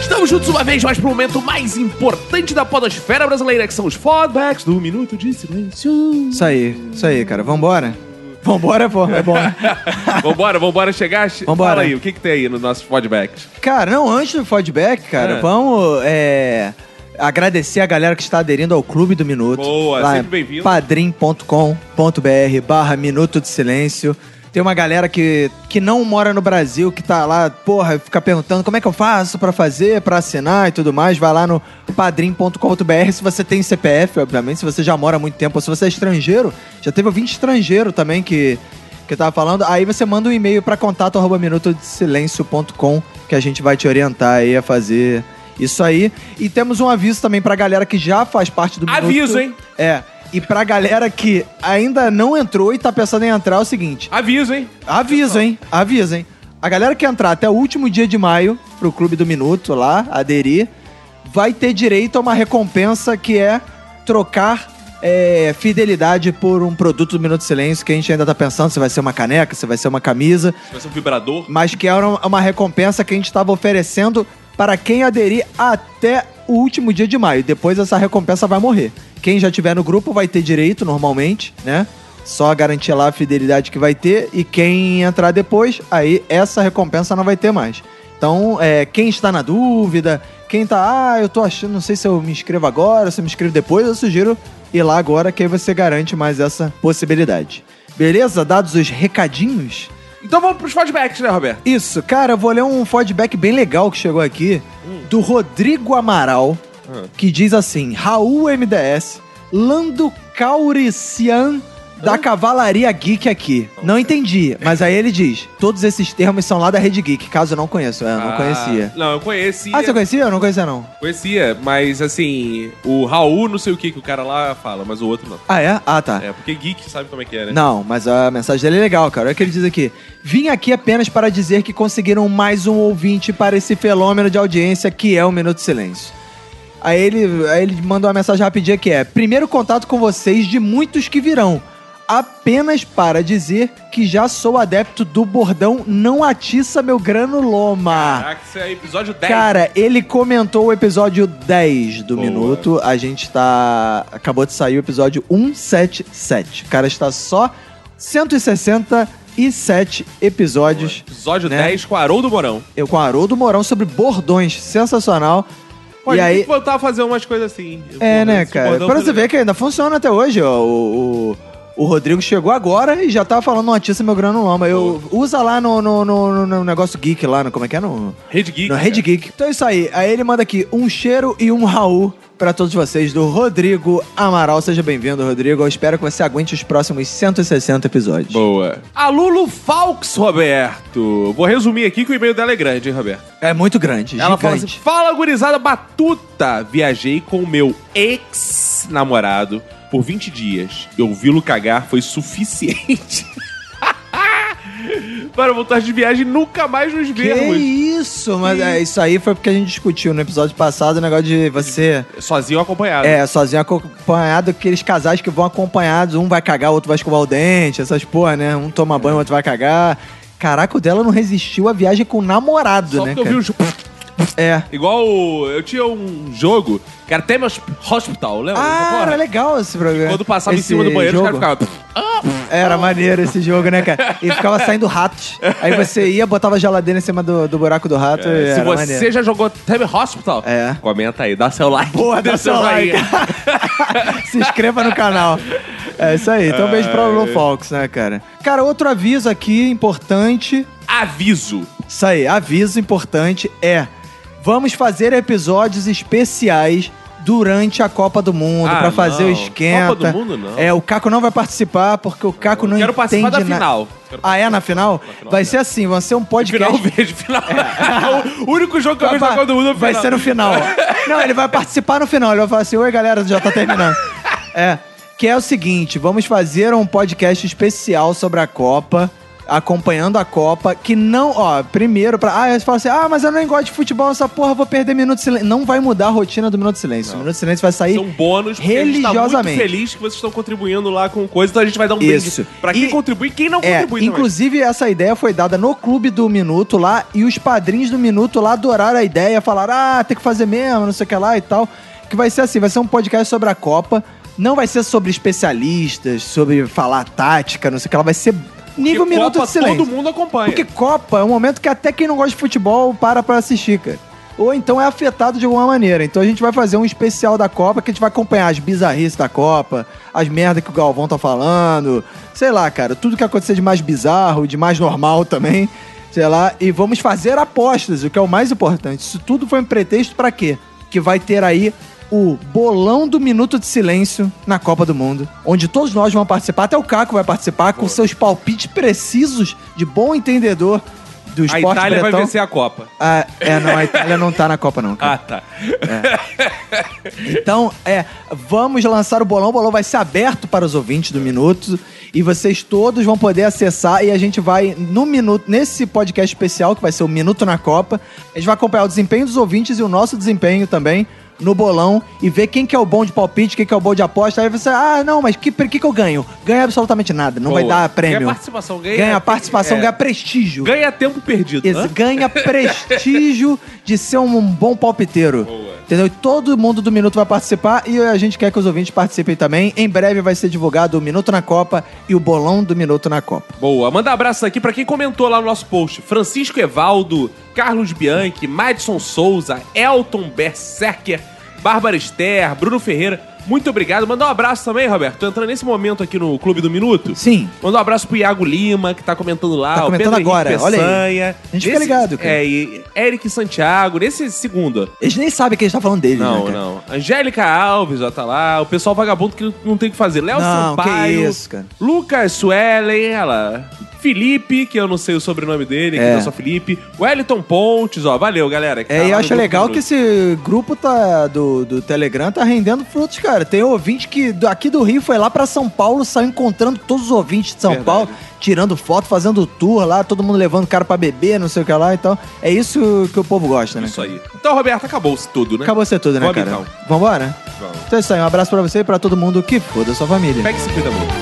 Estamos juntos uma vez mais para o momento mais importante da podosfera brasileira, que são os fallbacks do Minuto de Silêncio.
Isso aí, isso aí, cara. Vambora? Vambora é bom, é bom.
vambora, vambora chegar. Che-
Vambora.
Fala aí, o que, que tem aí nos nossos fallbacks?
Cara, não, antes do feedback, cara,
Ah.
vamos é, agradecer a galera que está aderindo ao Clube do Minuto.
Boa,
Lá
sempre
em
bem-vindo.
Padrim.com.br barra Minuto de Silêncio. Tem uma galera que, que não mora no Brasil, que tá lá, porra, fica perguntando como é que eu faço pra fazer, pra assinar e tudo mais. Vai lá no padrim.com.br se você tem CPF, obviamente, se você já mora há muito tempo, ou se você é estrangeiro. Já teve ouvinte estrangeiro também que, que eu tava falando. Aí você manda um e-mail pra contato arroba minutodesilencio.com que a gente vai te orientar aí a fazer isso aí. E temos um aviso também pra galera que já faz parte do Minuto.
Aviso, hein?
É. E pra galera que ainda não entrou e tá pensando em entrar, é o seguinte.
Aviso, hein?
Aviso, hein? Aviso, hein? A galera que entrar até o último dia de maio pro Clube do Minuto lá, aderir, vai ter direito a uma recompensa que é trocar é, fidelidade por um produto do Minuto de Silêncio, que a gente ainda tá pensando se vai ser uma caneca, se vai ser uma camisa,
Vai ser um vibrador.
mas que era uma recompensa que a gente estava oferecendo para quem aderir até o último dia de maio. Depois essa recompensa vai morrer. Quem já tiver no grupo vai ter direito normalmente, né? Só garantir lá a fidelidade que vai ter e quem entrar depois, aí essa recompensa não vai ter mais. Então, é, quem está na dúvida, quem tá, ah, eu tô achando, não sei se eu me inscrevo agora, se eu me inscrevo depois, eu sugiro ir lá agora que aí você garante mais essa possibilidade. Beleza? Dados os recadinhos?
Então vamos pros feedbacks, né, Roberto?
Isso, cara, eu vou ler um feedback bem legal que chegou aqui do Rodrigo Amaral, que diz assim: Raul MDS, Lando Caurician da Cavalaria Geek aqui. Não entendi, mas aí ele diz: todos esses termos são lá da Rede Geek, caso eu não conheço. É, eu não
Ah,
conhecia.
Não, eu conheci.
Ah, você conhecia? Eu não conhecia, não.
Conhecia, mas assim, o Raul não sei o que que o cara lá fala, mas o outro não.
Ah, é? Ah, tá.
É, porque geek sabe como é que é, né?
Não, mas a mensagem dele é legal, cara. Olha o que ele diz aqui. Vim aqui apenas para dizer que conseguiram mais um ouvinte para esse fenômeno de audiência que é o Minuto de Silêncio. Aí ele, aí ele mandou uma mensagem rapidinha que é: Primeiro contato com vocês de muitos que virão. Apenas para dizer que já sou adepto do bordão Não Atiça Meu Granuloma.
Caraca, isso é episódio 10.
Cara, ele comentou o episódio 10 do
Boa.
Minuto. A gente tá. Acabou de sair o episódio 177. O cara está só 167 episódios.
episódio
né?
10 com Haroldo Mourão.
Eu com Haroldo Mourão sobre bordões. Sensacional.
Pô,
e
a gente tem
aí.
que voltar a fazer umas coisas assim.
É,
Pô,
né,
esse
cara?
bordão
Pra
foi
você
legal.
ver que ainda funciona até hoje, ó. O, o, o Rodrigo chegou agora e já tava falando uma notícia meu granuloma. Eu, usa lá no, no, no, no negócio geek lá, no, como é que é? No,
Rede Geek. né?
no Rede
cara.
Geek. Então é isso aí. Aí ele manda aqui um cheiro e um Raul pra todos vocês do Rodrigo Amaral. Seja bem-vindo, Rodrigo. Eu espero que você aguente os próximos 160 episódios.
Boa. A Lulu Falks, Roberto. Vou resumir aqui que o e-mail dela é grande, hein, Roberto?
É muito grande,
Ela fala assim:
gigante.
Fala, gurizada batuta! Viajei com o meu ex-namorado por 20 dias. Eu vi-lo cagar foi suficiente. Para voltar de viagem e nunca mais nos
que
vermos.
isso? Mas é, isso aí foi porque a gente discutiu no episódio passado o negócio de você...
Sozinho ou acompanhado.
É, sozinho acompanhado, aqueles casais que vão acompanhados, um vai cagar, o outro vai escovar o dente, essas porra, né? Um toma banho, o outro vai cagar. Caraca, o dela não resistiu à viagem com o namorado,
Só
né?
porque eu vi
cara?
os.
É.
Igual. o- Eu tinha um jogo que era até meus hospital, lembra?
Ah,
Porra.
era legal esse programa.
Quando passava em
Esse
cima do banheiro,
jogo.
os caras ficavam. "Oh."
Era maneiro esse jogo, né, cara? E ficava saindo ratos. Aí você ia, botava a geladeira em cima do, do buraco do rato e
É, Se
É, era
você
maneiro.
já jogou Time Hospital,
É.
comenta aí, dá seu like.
Boa, dá
Dê
seu like.
joinha.
Se inscreva no canal. É isso aí. Então, beijo pra Lulu Fox, né, cara? Cara, outro aviso aqui importante.
Aviso.
Isso aí, aviso importante é: vamos fazer episódios especiais durante a Copa do Mundo
Ah,
pra fazer
não.
o esquenta.
Copa do Mundo, não.
É, o Caco não vai participar porque o Caco não
Quero
entende
participar da
na-
final. Quero
Ah, é na final?
final,
Vai
é.
ser assim, vai ser um podcast
Final vejo, final. É o único jogo que eu
É. Vai
vejo na
par-
Copa do Mundo é o
Vai
final.
ser no final. Não, ele vai participar no final. Ele vai falar assim: Oi, galera, já tá terminando. É. Que é o seguinte: vamos fazer um podcast especial sobre a Copa. Acompanhando a Copa, que não, ó, primeiro pra. Ah, você fala assim: ah, mas eu nem gosto de futebol, essa porra, eu vou perder minuto de silêncio. Não vai mudar a rotina do minuto de silêncio. O minuto de silêncio vai sair.
Isso é um bônus, porque a gente tá muito
Religiosamente.
feliz que vocês estão contribuindo lá com coisa, então a gente vai dar um
Isso.
brinde pra quem
E-
contribui e quem não
É,
contribui também.
inclusive essa ideia foi dada no Clube do Minuto lá e os padrinhos do Minuto lá adoraram a ideia, falaram: ah, tem que fazer mesmo, não sei o que lá e tal. Que vai ser assim: vai ser um podcast sobre a Copa. Não vai ser sobre especialistas, sobre falar tática, não sei o que lá. Vai ser
Porque
nível um Minuto
Copa,
de Silêncio.
Todo mundo acompanha.
Porque Copa é um momento que até quem não gosta de futebol para pra assistir, cara. Ou então é afetado de alguma maneira. Então a gente vai fazer um especial da Copa que a gente vai acompanhar as bizarrices da Copa, as merdas que o Galvão tá falando, sei lá, cara, tudo que acontecer de mais bizarro, de mais normal também, sei lá. E vamos fazer apostas, o que é o mais importante. Isso tudo foi um pretexto pra quê? Que vai ter aí o bolão do minuto de silêncio na Copa do Mundo, onde todos nós vamos participar, até o Caco vai participar com seus palpites precisos de bom entendedor do
A
esporte
Itália
bretão...
vai vencer a Copa.
Ah, é, não, a Itália não tá na Copa, não, cara.
Ah, tá.
É, Então, é, vamos lançar o bolão. O bolão vai ser aberto para os ouvintes do Minuto e vocês todos vão poder acessar e a gente vai no minuto nesse podcast especial que vai ser o Minuto na Copa, a gente vai acompanhar o desempenho dos ouvintes e o nosso desempenho também no bolão e ver quem que é o bom de palpite, quem que é o bom de aposta. Aí você, ah, não, mas que que, que eu ganho? Ganha absolutamente nada, não vai
Boa.
dar prêmio.
Ganha participação, ganha-
participação,
é.
ganha prestígio.
Ganha tempo perdido.
Ex-
Hã?
ganha prestígio de ser um bom palpiteiro. Entendeu? E Todo mundo do Minuto vai participar e a gente quer que os ouvintes participem também. Em breve vai ser divulgado o Minuto na Copa e o bolão do Minuto na Copa.
Boa. Manda abraço aqui pra quem comentou lá no nosso post. Francisco Evaldo, Carlos Bianchi, Madison Souza, Elton Berserker, Bárbara Esther, Bruno Ferreira. Muito obrigado. Mandar um abraço também, Roberto. Tô entrando nesse momento aqui no Clube do Minuto.
Sim.
Manda um abraço pro Iago Lima, que tá comentando lá.
Tá
o
comentando
Pedro
agora,
Henrique
olha aí.
Peçanha.
A gente fica ligado, cara.
É, e Eric Santiago, nesse segundo.
Eles nem sabem que a gente tá falando deles, né,
Não,
cara?
não. Angélica Alves, ó, tá lá. O pessoal vagabundo que não tem o que fazer. Léo
Não,
Sampaio.
que isso, cara.
Lucas Suelen, ela. Felipe, que eu não sei o sobrenome dele, que
É.
é só Felipe. Wellington Pontes, ó, valeu, galera. que tá
É, e
lá
eu
no
acho
grupo
legal
do
que esse grupo tá do, do Telegram tá rendendo frutos, cara. Tem ouvinte que do- aqui do Rio foi lá pra São Paulo, saiu encontrando todos os ouvintes de São
Verdade.
Paulo, tirando foto, fazendo tour lá, todo mundo levando o cara pra beber, não sei o que lá e tal. É isso que o povo gosta, né?
Isso aí. Então, Roberto, acabou-se tudo, né?
Acabou ser tudo, né,
Vamos
cara?
então.
Vambora?
Vamos.
Então é isso aí, um abraço pra você e pra todo mundo que foda sua família.
Pega e se cuida muito.